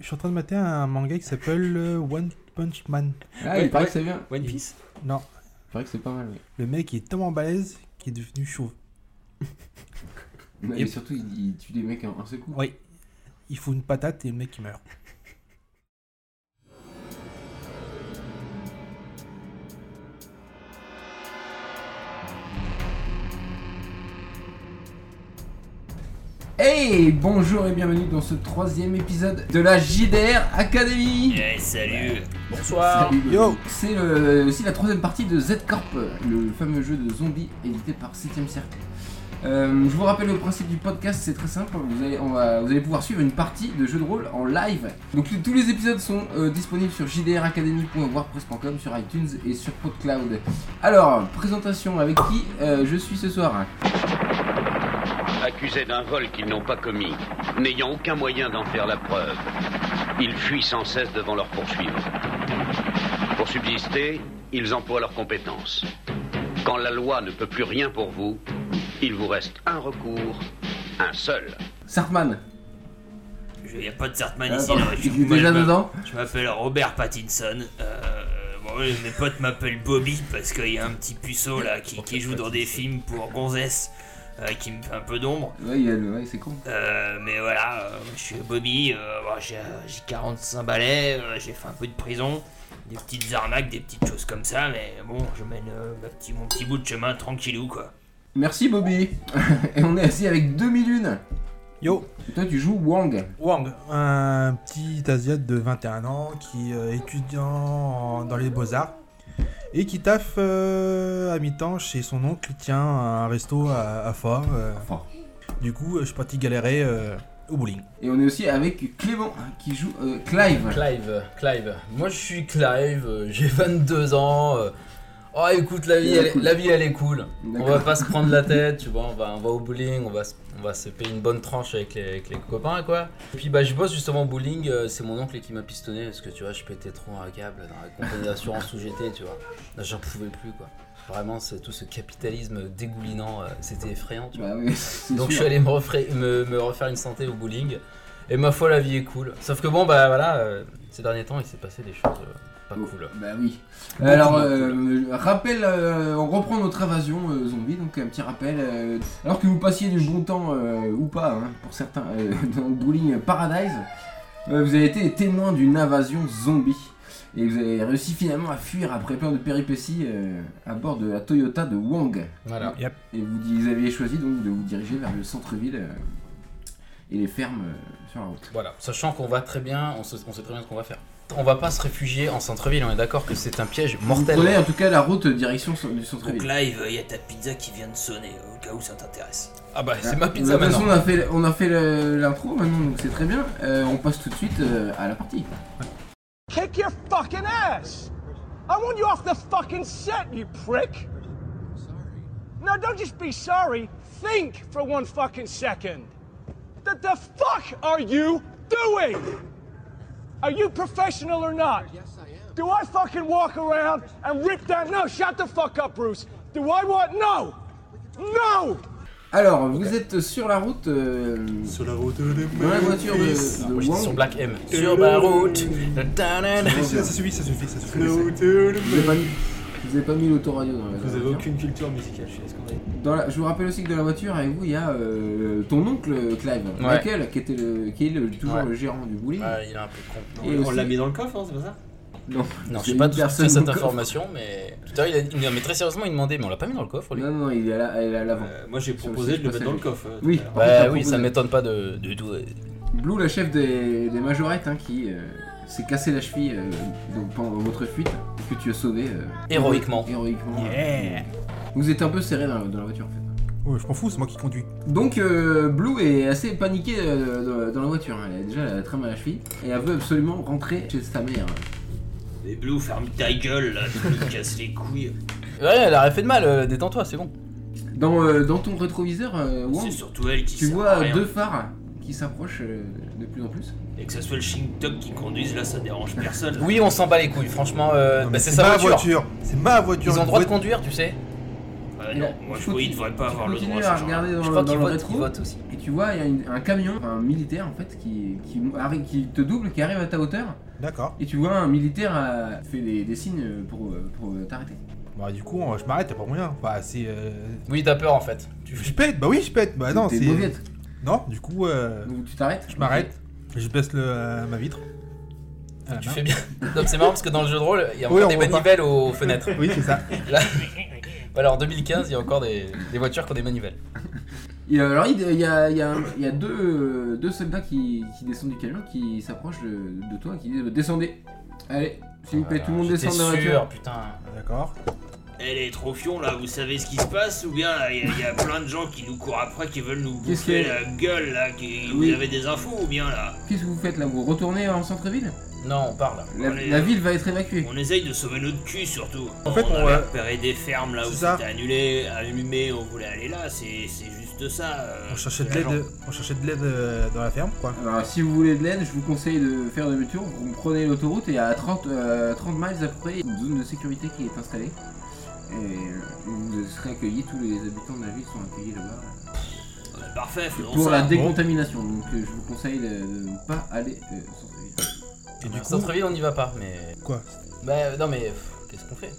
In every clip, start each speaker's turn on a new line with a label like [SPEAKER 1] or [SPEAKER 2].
[SPEAKER 1] Je suis en train de mater un manga qui s'appelle euh, One Punch Man.
[SPEAKER 2] Ah, il
[SPEAKER 3] Ouais,
[SPEAKER 2] paraît
[SPEAKER 3] ouais.
[SPEAKER 2] que c'est bien.
[SPEAKER 3] One Piece
[SPEAKER 1] Non,
[SPEAKER 2] Il paraît que c'est pas mal, oui.
[SPEAKER 1] le mec il est tellement balèze qu'il est devenu chauve.
[SPEAKER 2] Mais
[SPEAKER 1] Et-
[SPEAKER 2] surtout, il, il tue des mecs en un seul coup.
[SPEAKER 1] Oui. Il fout une patate et le mec il meurt.
[SPEAKER 2] Hey, bonjour et bienvenue dans ce troisième épisode de la JDR Academy.
[SPEAKER 4] Eh,
[SPEAKER 3] salut
[SPEAKER 4] Bonsoir.
[SPEAKER 2] Salut,
[SPEAKER 1] Yo.
[SPEAKER 2] euh, C'est le- aussi la troisième partie de Z Corp, le fameux jeu de zombies édité par 7ème Cercle. Euh, je vous rappelle le principe du podcast, c'est très simple, vous allez, on va- vous allez pouvoir suivre une partie de jeu de rôle en live. Donc tous les épisodes sont euh, disponibles sur jdracademy.wordpress.com, sur iTunes et sur PodCloud. Alors, présentation avec qui euh, je suis ce soir
[SPEAKER 5] accusés d'un vol qu'ils n'ont pas commis, n'ayant aucun moyen d'en faire la preuve. Ils fuient sans cesse devant leurs poursuivants. Pour subsister, ils emploient leurs compétences. Quand la loi ne peut plus rien pour vous, il vous reste un recours, un seul.
[SPEAKER 2] Sartman,
[SPEAKER 4] Il n'y a pas de Sartman
[SPEAKER 2] Ah,
[SPEAKER 4] ici.
[SPEAKER 2] pardon,
[SPEAKER 4] là, je,
[SPEAKER 2] il est
[SPEAKER 4] moi,
[SPEAKER 2] déjà
[SPEAKER 4] je m'a-
[SPEAKER 2] dedans
[SPEAKER 4] je m'appelle Robert Pattinson. euh, bon, oui, mes potes m'appellent Bobby parce qu'il y a un petit puceau là qui, qui joue dans des films pour gonzesses euh, qui me fait un peu d'ombre.
[SPEAKER 2] Ouais, il y a le- ouais, c'est con.
[SPEAKER 4] Euh, mais voilà, euh, je suis Bobby, euh, bon, j'ai euh, j'ai 45 balais, euh, j'ai fait un peu de prison, des petites arnaques, des petites choses comme ça, mais bon, je mène euh, ma petit- mon petit bout de chemin tranquillou quoi.
[SPEAKER 2] Merci Bobby Et on est assis avec demi-lune
[SPEAKER 1] Yo,
[SPEAKER 2] Toi tu joues Wang
[SPEAKER 1] Wang, un petit asiate de 21 ans qui est étudiant en- dans les beaux-arts et qui taffe euh, à mi-temps chez son oncle qui tient un resto à, à Fort. euh.
[SPEAKER 2] Fort.
[SPEAKER 1] Du coup, euh, je suis parti galérer euh, au bowling.
[SPEAKER 2] Et on est aussi avec Clément qui joue euh, Clive.
[SPEAKER 6] Clive, Clive. Moi je suis Clive, euh, j'ai 22 ans. euh, Oh écoute, la vie,
[SPEAKER 2] Elle est
[SPEAKER 6] elle, est-
[SPEAKER 2] cool.
[SPEAKER 6] la vie elle est cool. On va
[SPEAKER 2] D'accord.
[SPEAKER 6] pas se prendre la tête, tu vois, on va, on va au bowling, on va, se- on va se payer une bonne tranche avec les, avec les copains quoi. Et puis bah je bosse justement au bowling, euh, c'est mon oncle qui m'a pistonné parce que tu vois, je pétais trop un câble dans la compagnie d'assurance où j'étais, tu vois. Là j'en pouvais plus quoi. Vraiment, c'est tout ce capitalisme dégoulinant, euh, c'était effrayant, tu vois.
[SPEAKER 2] Bah oui, c'est
[SPEAKER 6] Donc je
[SPEAKER 2] sûr.
[SPEAKER 6] suis allé me, refra- me, me refaire une santé au bowling. Et ma foi, la vie est cool. Sauf que bon, bah voilà, euh, ces derniers temps, il s'est passé des choses euh, pas
[SPEAKER 2] Oh,
[SPEAKER 6] cool.
[SPEAKER 2] Bah oui. Alors, euh, rappel, euh, on reprend notre invasion euh, zombie, donc un petit rappel. euh, alors que vous passiez du bon temps, euh, ou pas, hein, pour certains, euh, dans le bowling Paradise, euh, vous avez été les témoins d'une invasion zombie. Et vous avez réussi finalement à fuir après plein de péripéties euh, à bord de la Toyota de Wang.
[SPEAKER 6] Voilà.
[SPEAKER 2] Et vous, vous aviez choisi donc de vous diriger vers le centre-ville euh, et les fermes euh, sur la route.
[SPEAKER 6] Voilà. Sachant qu'on va très bien, on, se- on sait très bien ce qu'on va faire. On va pas se réfugier en centre-ville, on est d'accord que c'est un piège mortel.
[SPEAKER 2] Vous prenez en tout cas la route euh, direction so- du
[SPEAKER 4] Donc
[SPEAKER 2] centre-ville.
[SPEAKER 4] live, il y a ta pizza qui vient de sonner, au cas où ça t'intéresse.
[SPEAKER 6] Ah bah, c'est
[SPEAKER 2] Voilà.
[SPEAKER 6] ma pizza
[SPEAKER 2] De toute façon,
[SPEAKER 6] maintenant.
[SPEAKER 2] Euh, on a fait, on a fait le- l'intro maintenant, donc c'est très bien. Euh, on passe tout de suite euh, à la partie.
[SPEAKER 7] Kick your fucking ass! I want you off the fucking set, you prick! No, don't just be sorry. Think for one fucking second. What the fuck are you doing? Are you professional or not? Yes, I am. Do I fucking walk around and rip that? No, shut the fuck up, Bruce. Do I want? No! No!
[SPEAKER 2] Alors, vous êtes sur la route. euh,
[SPEAKER 1] Sur la route de
[SPEAKER 2] dans la voiture
[SPEAKER 6] Ah,
[SPEAKER 2] de, de
[SPEAKER 6] moi, j'étais
[SPEAKER 2] Wang.
[SPEAKER 6] sur Black M. Sur ma route.
[SPEAKER 1] Ça, ça suffit, ça suffit, ça suffit.
[SPEAKER 2] Vous avez pas mis, vous avez pas mis l'autoradio dans la
[SPEAKER 1] Euh,
[SPEAKER 2] Vous avez aucune culture musicale, je suis Je vous rappelle aussi que dans la voiture, avec vous, il y a euh, ton oncle Clive, Michael, qui, était le, qui est le- toujours
[SPEAKER 6] Ouais.
[SPEAKER 2] le gérant du bowling.
[SPEAKER 6] Ah, il a un peu con.
[SPEAKER 2] Et aussi-
[SPEAKER 3] dans le coffre, hein, c'est pas ça
[SPEAKER 2] Non,
[SPEAKER 6] Non,
[SPEAKER 2] c'est
[SPEAKER 6] je sais pas
[SPEAKER 2] une
[SPEAKER 6] d'où
[SPEAKER 2] personne
[SPEAKER 6] sortir cette
[SPEAKER 2] au coffre.
[SPEAKER 6] information, mais. Tout à l'heure, il a dit- non, mais très sérieusement, il demandait, mais on l'a pas mis dans le coffre, lui.
[SPEAKER 2] Non, non, non, il est à la- elle est à l'avant.
[SPEAKER 3] Euh, Moi j'ai
[SPEAKER 2] Sur le
[SPEAKER 3] proposé
[SPEAKER 2] site,
[SPEAKER 3] de le
[SPEAKER 2] je
[SPEAKER 3] mettre dans le
[SPEAKER 2] passais.
[SPEAKER 3] coffre. euh, tout
[SPEAKER 2] Oui.
[SPEAKER 3] à l'heure.
[SPEAKER 6] Bah
[SPEAKER 2] t'as
[SPEAKER 6] oui, ça
[SPEAKER 2] proposé.
[SPEAKER 6] m'étonne pas de, de tout. euh,
[SPEAKER 2] Blue, la chef des, des majorettes, hein, qui euh, s'est cassé la cheville euh, donc, pendant votre fuite, que tu as sauvé. euh,
[SPEAKER 6] Héroïquement.
[SPEAKER 2] Héroïquement. hein.
[SPEAKER 1] Yeah.
[SPEAKER 2] Vous êtes un peu serré dans, la- dans la voiture, en fait.
[SPEAKER 1] Ouais, je m'en fous, c'est moi qui conduis.
[SPEAKER 2] Donc, euh, Blue est assez paniquée euh, dans, dans la voiture. hein. Elle a déjà elle a très mal à la cheville. Et elle veut absolument rentrer chez sa mère.
[SPEAKER 4] Mais Blue, ferme ta gueule là, tu nous casses les couilles.
[SPEAKER 6] Ouais, elle a rien fait de mal, euh, détends-toi, c'est bon.
[SPEAKER 2] Dans, euh, dans ton rétroviseur, euh, Wang,
[SPEAKER 4] C'est surtout elle qui
[SPEAKER 2] tu
[SPEAKER 4] sert à
[SPEAKER 2] vois
[SPEAKER 4] rien.
[SPEAKER 2] deux phares qui s'approchent euh, de plus en plus.
[SPEAKER 4] Et que ça soit le Shintok qui conduise, là ça dérange personne.
[SPEAKER 6] Oui, on s'en bat les couilles, franchement, euh,
[SPEAKER 1] Non,
[SPEAKER 6] bah,
[SPEAKER 1] mais
[SPEAKER 6] c'est sa
[SPEAKER 1] ma
[SPEAKER 6] voiture.
[SPEAKER 1] C'est ma voiture.
[SPEAKER 6] Ils ont le droit de
[SPEAKER 1] Vous-
[SPEAKER 6] conduire, tu sais.
[SPEAKER 4] Ah non, moi je
[SPEAKER 2] Faut-
[SPEAKER 4] crois qu'ils devraient pas
[SPEAKER 2] tu
[SPEAKER 4] avoir le
[SPEAKER 2] continues
[SPEAKER 4] droit
[SPEAKER 2] à
[SPEAKER 4] à ce genre
[SPEAKER 2] regarder dans,
[SPEAKER 6] Je
[SPEAKER 2] le-
[SPEAKER 6] crois
[SPEAKER 2] dans
[SPEAKER 6] qu'ils
[SPEAKER 2] le
[SPEAKER 6] votent, ils
[SPEAKER 2] rétro.
[SPEAKER 6] votent aussi.
[SPEAKER 2] Et tu tu vois, il y a une- un camion, un militaire en fait, qui, qui, arri- qui te double, qui arrive à ta hauteur,
[SPEAKER 1] D'accord.
[SPEAKER 2] et tu vois un militaire euh, fait des, des signes pour, euh, pour euh, t'arrêter.
[SPEAKER 1] Bah, du coup, euh, je m'arrête, t'as pas moyen. Enfin, c'est. euh,
[SPEAKER 6] Oui, t'as peur en fait.
[SPEAKER 2] Ah
[SPEAKER 6] Tu
[SPEAKER 1] Je pète, bah oui, je pète. Bah non,
[SPEAKER 2] T'es
[SPEAKER 1] c'est.
[SPEAKER 2] mauviette,
[SPEAKER 1] Non, du coup, euh,
[SPEAKER 2] donc tu t'arrêtes.
[SPEAKER 1] je m'arrête, je baisse le, euh, ma vitre.
[SPEAKER 2] bah.
[SPEAKER 1] À la
[SPEAKER 6] Tu
[SPEAKER 1] main.
[SPEAKER 6] fais bien. Donc c'est marrant parce que dans le jeu de rôle, il y a
[SPEAKER 1] Oui,
[SPEAKER 6] encore
[SPEAKER 1] on
[SPEAKER 6] des
[SPEAKER 1] voit pas.
[SPEAKER 6] manivelles aux fenêtres.
[SPEAKER 1] Oui, c'est ça.
[SPEAKER 6] Voilà, en 2015, il y a encore des, des voitures qui ont des manivelles.
[SPEAKER 2] Et euh, alors, il il y a, il y a- il y a deux, euh, deux soldats qui, qui descendent du camion, qui s'approchent de, de toi, qui disent Descendez Allez, s'il vous plaît, tout le monde
[SPEAKER 6] J'étais
[SPEAKER 2] descend de la
[SPEAKER 6] sûr,
[SPEAKER 2] voiture.
[SPEAKER 6] putain.
[SPEAKER 1] D'accord.
[SPEAKER 4] Elle est trop fion là, vous savez ce qui se passe Ou bien là, il y, a- il y a plein de gens qui nous courent après, qui veulent nous
[SPEAKER 2] Qu'est-ce
[SPEAKER 4] bouffer
[SPEAKER 2] que-
[SPEAKER 4] la gueule là, qui...
[SPEAKER 2] Oui.
[SPEAKER 4] vous avez des infos ou bien là
[SPEAKER 2] Qu'est-ce que vous faites là Vous retournez en centre-ville
[SPEAKER 6] Non, on parle.
[SPEAKER 2] la,
[SPEAKER 4] On est-
[SPEAKER 2] la ville va être évacuée.
[SPEAKER 4] On essaye de sauver notre cul surtout.
[SPEAKER 1] En fait,
[SPEAKER 4] on,
[SPEAKER 1] on,
[SPEAKER 4] avait
[SPEAKER 1] euh,
[SPEAKER 4] repéré des fermes là où
[SPEAKER 1] c'est ça.
[SPEAKER 4] c'était annulé, allumé, on voulait aller là, c'est c'est juste ça. euh,
[SPEAKER 1] On cherchait de
[SPEAKER 4] l'agent.
[SPEAKER 1] l'aide, on cherchait de l'aide euh, dans la ferme, quoi.
[SPEAKER 2] Alors, si vous voulez de l'aide, je vous conseille de faire de voiture. Vous prenez l'autoroute et à 30, euh, 30 miles après, une zone de sécurité qui est installée. Et euh, vous serez accueillis, tous les habitants de la ville sont accueillis là-bas.
[SPEAKER 4] Ouais, Parfait, faisons
[SPEAKER 2] Pour
[SPEAKER 4] ça.
[SPEAKER 2] la décontamination, donc euh, je vous conseille de, de ne pas aller euh, au centre-ville.
[SPEAKER 1] Et du
[SPEAKER 6] En
[SPEAKER 1] coup,
[SPEAKER 6] centre-ville, on n'y va pas, mais.
[SPEAKER 1] quoi
[SPEAKER 6] Bah non, mais pff, qu'est-ce qu'on fait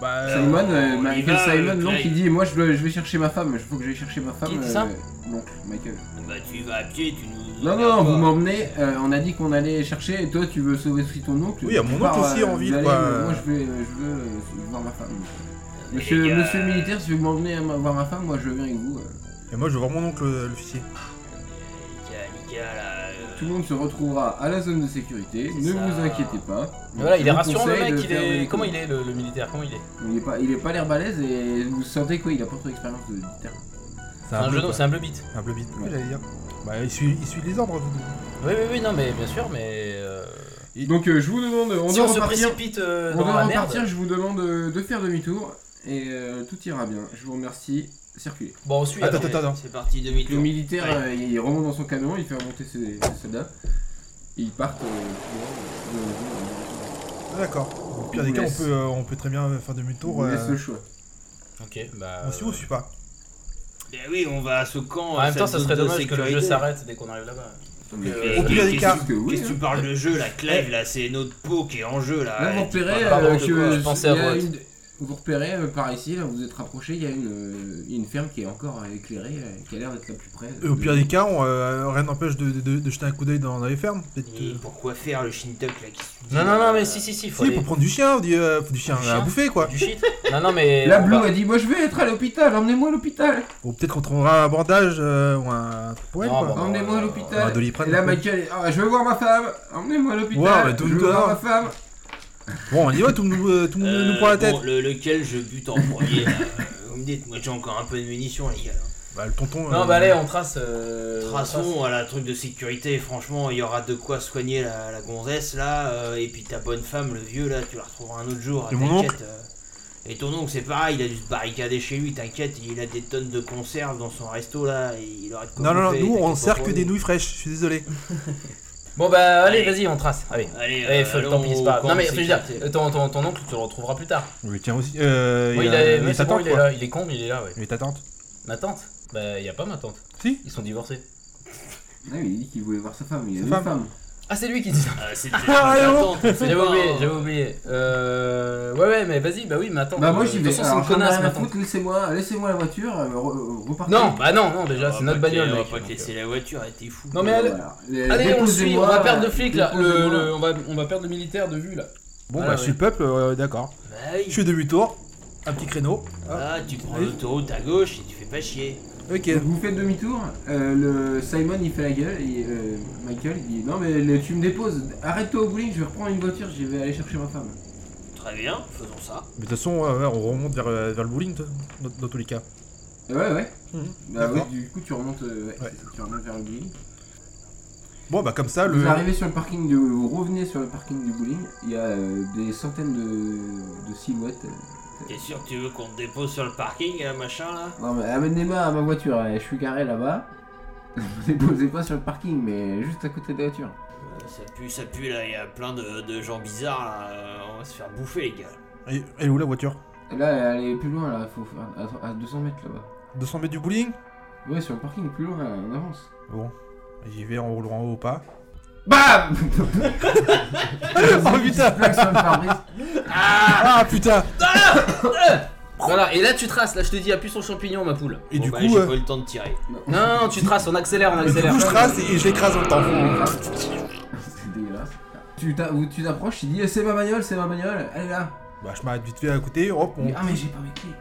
[SPEAKER 1] Bah, euh,
[SPEAKER 2] Simon, euh,
[SPEAKER 4] on y
[SPEAKER 2] Michael
[SPEAKER 4] va,
[SPEAKER 2] Simon,
[SPEAKER 4] euh,
[SPEAKER 2] non,
[SPEAKER 4] Clay.
[SPEAKER 2] qui dit Moi je, veux- je vais chercher ma femme, il faut que j'aille chercher ma femme. euh,
[SPEAKER 6] Qui dit ça
[SPEAKER 2] L'oncle, Michael.
[SPEAKER 4] Bah tu vas à pied, tu nous...
[SPEAKER 2] Non, non, non, vous m'emmenez, euh, on a dit qu'on allait chercher, et toi tu veux sauver aussi ton oncle.
[SPEAKER 1] Oui, il y a mon
[SPEAKER 2] Tu
[SPEAKER 1] oncle
[SPEAKER 2] pars,
[SPEAKER 1] aussi
[SPEAKER 2] euh,
[SPEAKER 1] en
[SPEAKER 2] vous
[SPEAKER 1] ville,
[SPEAKER 2] allez,
[SPEAKER 1] quoi.
[SPEAKER 2] euh, Moi je, vais, euh, je veux euh, voir ma femme.
[SPEAKER 6] Euh,
[SPEAKER 4] les
[SPEAKER 2] Monsieur,
[SPEAKER 4] gars.
[SPEAKER 2] monsieur le militaire, si vous m'emmenez à ma- voir ma femme, moi je viens avec vous. euh.
[SPEAKER 1] Et moi, je veux voir mon oncle, euh, l'officier.
[SPEAKER 4] Nika, là... euh,
[SPEAKER 2] Tout le monde se retrouvera à la zone de sécurité,
[SPEAKER 4] C'est
[SPEAKER 2] ne
[SPEAKER 4] ça.
[SPEAKER 2] vous inquiétez pas.
[SPEAKER 6] Mais Voilà,
[SPEAKER 2] Je
[SPEAKER 6] il est
[SPEAKER 2] vous
[SPEAKER 6] rassurant le
[SPEAKER 2] conseille
[SPEAKER 6] mec,
[SPEAKER 2] de
[SPEAKER 6] il
[SPEAKER 2] faire
[SPEAKER 6] est.
[SPEAKER 2] des-
[SPEAKER 6] Comment il est le, le militaire Comment il est
[SPEAKER 2] Il est pas, il est pas l'air balèze et vous sentez quoi Il a pas trop d'expérience de, de terrain.
[SPEAKER 1] C'est
[SPEAKER 6] C'est un, jeu,
[SPEAKER 1] bleu,
[SPEAKER 6] c'est un bleu beat.
[SPEAKER 1] quoi. Un bleu vite.
[SPEAKER 2] Ouais.
[SPEAKER 1] j'allais dire. Bah, il suit, il suit les ordres. vous.
[SPEAKER 6] Oui, oui, oui, non, mais bien sûr, mais. euh,
[SPEAKER 2] Donc euh, je vous demande, on
[SPEAKER 6] si
[SPEAKER 2] doit
[SPEAKER 6] on se
[SPEAKER 2] repartir.
[SPEAKER 6] précipite euh,
[SPEAKER 2] On
[SPEAKER 6] dans
[SPEAKER 2] va
[SPEAKER 6] la
[SPEAKER 2] repartir,
[SPEAKER 6] merde.
[SPEAKER 2] je vous demande euh, de faire demi-tour et euh, tout ira bien. Je vous remercie. Circulez.
[SPEAKER 6] Bon, on suit.
[SPEAKER 1] Attends,
[SPEAKER 6] alors.
[SPEAKER 1] attends, attends.
[SPEAKER 4] C'est parti
[SPEAKER 2] Le
[SPEAKER 4] demi-tour.
[SPEAKER 2] militaire, euh, il il remonte dans son camion, il fait remonter ses, ses soldats. Et ils partent. euh, courant, euh,
[SPEAKER 1] Ah, D'accord. Au pire
[SPEAKER 2] On
[SPEAKER 1] des cas, on
[SPEAKER 2] laisse.
[SPEAKER 1] peut, euh, on peut très bien faire
[SPEAKER 2] on
[SPEAKER 1] demi-tour.
[SPEAKER 2] vous
[SPEAKER 1] euh,
[SPEAKER 2] laisse le choix.
[SPEAKER 6] Ok, bah.
[SPEAKER 1] On suit ou on
[SPEAKER 6] euh,
[SPEAKER 1] suit pas
[SPEAKER 4] Bah oui, on va à ce camp.
[SPEAKER 6] En même temps, ça
[SPEAKER 4] cette
[SPEAKER 6] serait
[SPEAKER 4] zone de
[SPEAKER 6] dommage que le jeu
[SPEAKER 4] sécurité.
[SPEAKER 6] s'arrête dès qu'on arrive là-bas.
[SPEAKER 2] Mais,
[SPEAKER 4] euh,
[SPEAKER 2] euh,
[SPEAKER 1] au pire des
[SPEAKER 2] qu'est-ce
[SPEAKER 1] cas,
[SPEAKER 2] que oui,
[SPEAKER 4] Qu'est-ce que tu
[SPEAKER 2] hein.
[SPEAKER 4] parles de jeu là, Clive là, c'est notre peau qui est en jeu là.
[SPEAKER 2] Là,
[SPEAKER 4] Eh,
[SPEAKER 2] vous
[SPEAKER 4] tu
[SPEAKER 2] repérez,
[SPEAKER 4] parles
[SPEAKER 2] euh,
[SPEAKER 4] n'importe
[SPEAKER 2] que-
[SPEAKER 4] quoi.
[SPEAKER 6] je pensais
[SPEAKER 2] il y
[SPEAKER 6] à
[SPEAKER 2] a
[SPEAKER 6] Brut.
[SPEAKER 2] une- vous repérez euh, par ici, là, vous êtes rapproché, il y a une, euh, une ferme qui est encore euh, éclairée, euh, qui a l'air d'être la plus près.
[SPEAKER 1] Et Au pire des cas, on, euh, rien n'empêche de, de- de jeter un coup d'œil dans, dans les fermes. Peut-être.
[SPEAKER 4] Et
[SPEAKER 1] que-
[SPEAKER 4] pourquoi faire le Shintok là qui se dit,
[SPEAKER 6] Non, non, non,
[SPEAKER 4] euh,
[SPEAKER 6] mais si, si, si, faut
[SPEAKER 1] Si,
[SPEAKER 6] aller-
[SPEAKER 1] pour prendre du chien, on dit, euh, faut du chien
[SPEAKER 6] Du
[SPEAKER 1] à
[SPEAKER 6] chien.
[SPEAKER 1] bouffer, quoi.
[SPEAKER 6] Du shit. Non, non, mais.
[SPEAKER 2] La
[SPEAKER 6] on
[SPEAKER 2] Blue
[SPEAKER 6] va-
[SPEAKER 2] a dit Moi je vais être à l'hôpital, emmenez-moi à l'hôpital
[SPEAKER 1] Ou peut-être qu'on trouvera un bandage euh, ou un truc pour elle,
[SPEAKER 6] Non,
[SPEAKER 1] quoi.
[SPEAKER 6] bah, bah,
[SPEAKER 2] Emmenez-moi à
[SPEAKER 1] Ou un
[SPEAKER 2] l'hôpital
[SPEAKER 1] doliprane.
[SPEAKER 2] Et là,
[SPEAKER 1] quoi.
[SPEAKER 2] Michael, est, Ah, je veux voir ma femme. Emmenez-moi à l'hôpital.
[SPEAKER 1] Ouais, mais tout
[SPEAKER 2] je veux
[SPEAKER 1] le temps.
[SPEAKER 2] voir ma femme.
[SPEAKER 1] Bon, on y va, tout le monde nous- tout le monde
[SPEAKER 4] euh,
[SPEAKER 1] nous prend la tête.
[SPEAKER 4] bon, le- lequel je bute en premier là, euh, Vous me dites, moi j'ai encore un peu de munitions les gars. là.
[SPEAKER 1] Bah, le tonton.
[SPEAKER 6] Non,
[SPEAKER 1] euh,
[SPEAKER 6] bah allez, on trace. euh, on trace.
[SPEAKER 4] Traçons à la truc de sécurité, franchement, il y aura de quoi soigner la, la gonzesse là. euh, et puis ta bonne femme, le vieux là, tu la retrouveras un autre jour.
[SPEAKER 1] Et mon
[SPEAKER 4] t'inquiète, euh. Et ton oncle, c'est pareil, il a dû se barricader chez lui, t'inquiète, il a des tonnes de conserves dans son resto là. et il aura de quoi
[SPEAKER 1] Non, non, non,
[SPEAKER 4] bouffer,
[SPEAKER 1] nous on
[SPEAKER 4] t'inquiète pas
[SPEAKER 1] sert
[SPEAKER 4] pour
[SPEAKER 1] que
[SPEAKER 4] lui.
[SPEAKER 1] des nouilles fraîches, je suis désolé.
[SPEAKER 6] Bon, bah allez,
[SPEAKER 4] Allez.
[SPEAKER 6] vas-y, on trace. Allez.
[SPEAKER 4] Allez,
[SPEAKER 6] Eh,
[SPEAKER 4] euh,
[SPEAKER 6] faut le
[SPEAKER 4] allons
[SPEAKER 6] temps pisse
[SPEAKER 4] au
[SPEAKER 6] pas.
[SPEAKER 4] camp
[SPEAKER 6] Non, mais
[SPEAKER 4] de
[SPEAKER 6] je veux dire,
[SPEAKER 4] sécurité.
[SPEAKER 6] euh, ton, ton, ton oncle, tu le retrouveras plus tard.
[SPEAKER 1] Oui, tiens aussi. Euh,
[SPEAKER 6] Oui, il,
[SPEAKER 1] a-
[SPEAKER 6] est- mais c'est
[SPEAKER 1] sa
[SPEAKER 6] bon,
[SPEAKER 1] tante,
[SPEAKER 6] il est
[SPEAKER 1] quoi.
[SPEAKER 6] là, il est con, mais il est là, ouais.
[SPEAKER 1] Il est ta tante.
[SPEAKER 6] Ma tante Bah, y a pas ma tante.
[SPEAKER 1] Si
[SPEAKER 6] Ils sont divorcés.
[SPEAKER 2] Ah, mais il dit qu'il voulait voir sa femme. Il a
[SPEAKER 1] Sa
[SPEAKER 2] une
[SPEAKER 1] femme.
[SPEAKER 2] femme.
[SPEAKER 6] Ah, c'est lui qui dit ça.
[SPEAKER 4] Ah, c'est
[SPEAKER 1] Ah, non.
[SPEAKER 6] J'avais oublié, j'avais oublié. Euh. Ouais, ouais, mais vas-y, bah oui, ma tante.
[SPEAKER 2] Bah, moi
[SPEAKER 6] euh,
[SPEAKER 2] j'y
[SPEAKER 6] de
[SPEAKER 2] vais.
[SPEAKER 6] toute façon,
[SPEAKER 2] Alors,
[SPEAKER 6] c'est une
[SPEAKER 2] j'en ai
[SPEAKER 6] connasse,
[SPEAKER 2] rien
[SPEAKER 6] ma
[SPEAKER 2] à
[SPEAKER 6] tante.
[SPEAKER 2] foutre. Laissez-moi, laissez-moi la voiture. euh, re- repartez.
[SPEAKER 6] Non, bah non, non, déjà, c'est
[SPEAKER 4] On va
[SPEAKER 6] notre
[SPEAKER 4] pas
[SPEAKER 6] bagnole.
[SPEAKER 4] te- Ah, On
[SPEAKER 6] mec,
[SPEAKER 4] va pas te
[SPEAKER 6] donc,
[SPEAKER 4] laisser la voiture, elle t'es fou.
[SPEAKER 6] euh. Non, mais
[SPEAKER 2] Euh,
[SPEAKER 6] allez.
[SPEAKER 2] voilà. Les-
[SPEAKER 6] Allez, on le suit, on
[SPEAKER 2] déposez-moi,
[SPEAKER 6] va perdre le flic là. Le-
[SPEAKER 2] déposez-moi.
[SPEAKER 6] le- on, va, on va perdre le militaire de vue là.
[SPEAKER 1] Bon,
[SPEAKER 6] Ah,
[SPEAKER 1] bah,
[SPEAKER 6] ouais.
[SPEAKER 1] je suis peuple, euh, d'accord.
[SPEAKER 4] Bah
[SPEAKER 1] Je
[SPEAKER 4] oui.
[SPEAKER 1] fais demi-tour, un petit créneau. Ah,
[SPEAKER 4] Ah, tu prends
[SPEAKER 1] Allez.
[SPEAKER 4] l'autoroute à gauche et tu fais pas chier.
[SPEAKER 1] ok.
[SPEAKER 2] Donc, Vous faites demi-tour. euh, le Simon il fait la gueule et euh, Michael il dit Non, mais le- tu me déposes. Arrête-toi au bowling, je vais reprendre une voiture. Je vais aller chercher ma femme.
[SPEAKER 4] Très bien, faisons ça.
[SPEAKER 1] Mais de toute façon, ouais, ouais, on remonte vers, euh, vers le bowling, t- dans, dans tous les cas.
[SPEAKER 2] Et ouais, ouais.
[SPEAKER 1] Mhm.
[SPEAKER 2] Bah, ouais,
[SPEAKER 1] D'accord.
[SPEAKER 2] du coup, tu remontes, euh, ouais,
[SPEAKER 1] Ouais.
[SPEAKER 2] tu remontes vers le bowling.
[SPEAKER 1] Bon, bah, comme ça,
[SPEAKER 2] Vous
[SPEAKER 1] le.
[SPEAKER 2] arrivez sur le parking du, vous revenez sur le parking du bowling, il y a euh, des centaines de, de silhouettes. euh.
[SPEAKER 4] T'es sûr que tu veux qu'on te dépose sur le parking, hein, machin là
[SPEAKER 2] Non mais amenez-moi à ma voiture, euh, je suis garé là-bas. Vous déposez pas sur le parking, mais juste à côté de la voiture.
[SPEAKER 4] Euh, Ça pue, ça pue là, il y a plein de, de gens bizarres là. euh, On va se faire bouffer les gars.
[SPEAKER 1] Et- Elle est où la voiture
[SPEAKER 2] Et là, elle est plus loin, là, faut faire à, à 200 mètres là-bas.
[SPEAKER 1] 200 mètres du bowling
[SPEAKER 2] Ouais, sur le parking, plus loin, on avance.
[SPEAKER 1] Bon, j'y vais en roulant en haut ou pas.
[SPEAKER 2] BAM
[SPEAKER 1] oh putain
[SPEAKER 2] Plaque sur le pare-brise.
[SPEAKER 1] Ah putain
[SPEAKER 6] Voilà, et là tu traces, là je te dis appuie sur le champignon ma poule.
[SPEAKER 1] Et
[SPEAKER 4] Bon,
[SPEAKER 1] du
[SPEAKER 4] bah,
[SPEAKER 1] coup,
[SPEAKER 4] j'ai
[SPEAKER 1] euh,
[SPEAKER 4] pas eu le temps de tirer.
[SPEAKER 6] Non, non, tu traces, on accélère, on
[SPEAKER 1] et du
[SPEAKER 6] accélère.
[SPEAKER 1] coup, je trace et je l'écrase en temps.
[SPEAKER 2] C'est dégueulasse. Tu t'a- ou tu t'approches, tu dis eh, c'est ma bagnole, c'est ma bagnole, elle est là.
[SPEAKER 1] Bah, je m'arrête vite fait à côté, hop, on...
[SPEAKER 2] Mais- ah mais j'ai pas mes clés.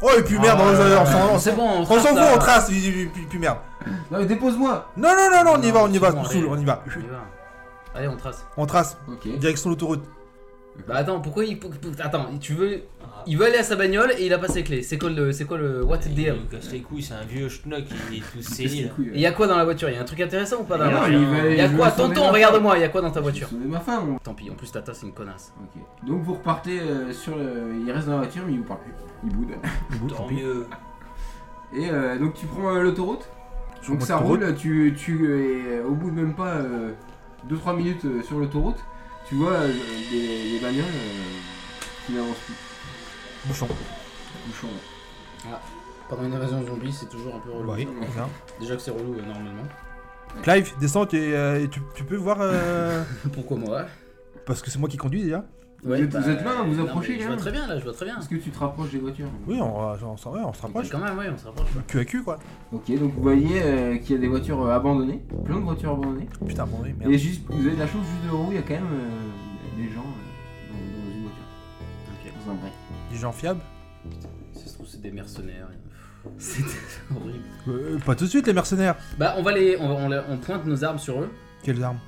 [SPEAKER 1] Oh, et puis merde,
[SPEAKER 6] Ah,
[SPEAKER 1] on
[SPEAKER 6] ouais,
[SPEAKER 1] on
[SPEAKER 6] ouais,
[SPEAKER 1] s'en- on
[SPEAKER 6] c'est
[SPEAKER 1] s'en-
[SPEAKER 6] bon, on
[SPEAKER 1] on
[SPEAKER 6] trace,
[SPEAKER 1] s'en fout,
[SPEAKER 6] là.
[SPEAKER 1] on trace, et puis puis- puis merde.
[SPEAKER 2] Non mais dépose-moi.
[SPEAKER 1] Non, non, non, non, on y va, on y va,
[SPEAKER 6] Non,
[SPEAKER 1] Soul, on y va.
[SPEAKER 6] On y va. Allez, on trace.
[SPEAKER 1] On trace,
[SPEAKER 2] Ok.
[SPEAKER 1] direction l'autoroute.
[SPEAKER 6] Bah attends, pourquoi il. pour- pour- Attends, tu veux. Il veut aller à sa bagnole et il a pas ses clés. C'est quoi le. C'est quoi le. What the
[SPEAKER 4] Il
[SPEAKER 6] deal
[SPEAKER 4] nous casse les couilles, c'est un vieux schnock, il est tout
[SPEAKER 2] Qu'est-ce qu'il
[SPEAKER 4] sénile.
[SPEAKER 2] couille,
[SPEAKER 6] Et y a quoi dans la voiture Y'a un truc intéressant ou pas dans
[SPEAKER 4] Ah
[SPEAKER 6] la
[SPEAKER 4] non,
[SPEAKER 6] voiture
[SPEAKER 4] il va
[SPEAKER 2] aller-
[SPEAKER 6] Y'a
[SPEAKER 2] je
[SPEAKER 6] quoi
[SPEAKER 2] vais sauver
[SPEAKER 6] Tonton,
[SPEAKER 2] ma
[SPEAKER 6] regarde-moi, y'a quoi dans ta
[SPEAKER 2] Je
[SPEAKER 6] voiture
[SPEAKER 2] vais sauver ma femme, moi.
[SPEAKER 6] Tant pis, en plus Tata c'est une connasse.
[SPEAKER 2] Ok. Donc vous repartez euh, sur le. Il reste dans la voiture mais il vous parle plus. Il boude.
[SPEAKER 4] Tant mieux.
[SPEAKER 2] Et euh, donc tu prends euh, l'autoroute.
[SPEAKER 1] Je
[SPEAKER 2] Donc
[SPEAKER 1] prends
[SPEAKER 2] ça
[SPEAKER 1] l'autoroute.
[SPEAKER 2] roule, tu, tu es au bout de même pas 2-3 minutes euh, sur l'autoroute, tu vois euh, des, des bagnoles euh, qui n'avancent plus.
[SPEAKER 1] Bouchon.
[SPEAKER 2] Bouchon, là.
[SPEAKER 6] Pendant une invasion zombie, c'est toujours un peu
[SPEAKER 1] Bah oui,
[SPEAKER 2] Ouais.
[SPEAKER 1] ça.
[SPEAKER 6] Déjà que c'est relou normalement.
[SPEAKER 1] Clive, descends, tu, euh, tu, tu peux voir. euh,
[SPEAKER 6] Pourquoi moi
[SPEAKER 1] parce que c'est moi qui conduis déjà.
[SPEAKER 2] Vous êtes- vous êtes là, vous approchez,
[SPEAKER 6] bah, Je
[SPEAKER 2] quand
[SPEAKER 6] vois
[SPEAKER 2] même.
[SPEAKER 6] très bien là, je vois très bien.
[SPEAKER 2] Est-ce que tu te rapproches des voitures
[SPEAKER 1] Oui, on, va- on, s'en- ouais, on se rapproche.
[SPEAKER 6] Quand même, ouais, on se rapproche.
[SPEAKER 1] Cul à cul, quoi.
[SPEAKER 2] Ok, donc vous voyez euh, qu'il y a des voitures euh, abandonnées, plein de voitures abandonnées.
[SPEAKER 1] Putain, bon, oui, merde.
[SPEAKER 2] Et juste, vous avez de la chance, juste devant vous, il y a quand même euh, des gens euh, dans, dans une voiture.
[SPEAKER 6] Ok.
[SPEAKER 2] Dans un break.
[SPEAKER 1] Des gens fiables
[SPEAKER 6] Si ça se trouve, c'est des mercenaires. C'est horrible.
[SPEAKER 1] Euh, Pas tout de suite, les mercenaires.
[SPEAKER 6] Bah, on va les. On, on les- on pointe nos armes sur eux.
[SPEAKER 1] Quelles armes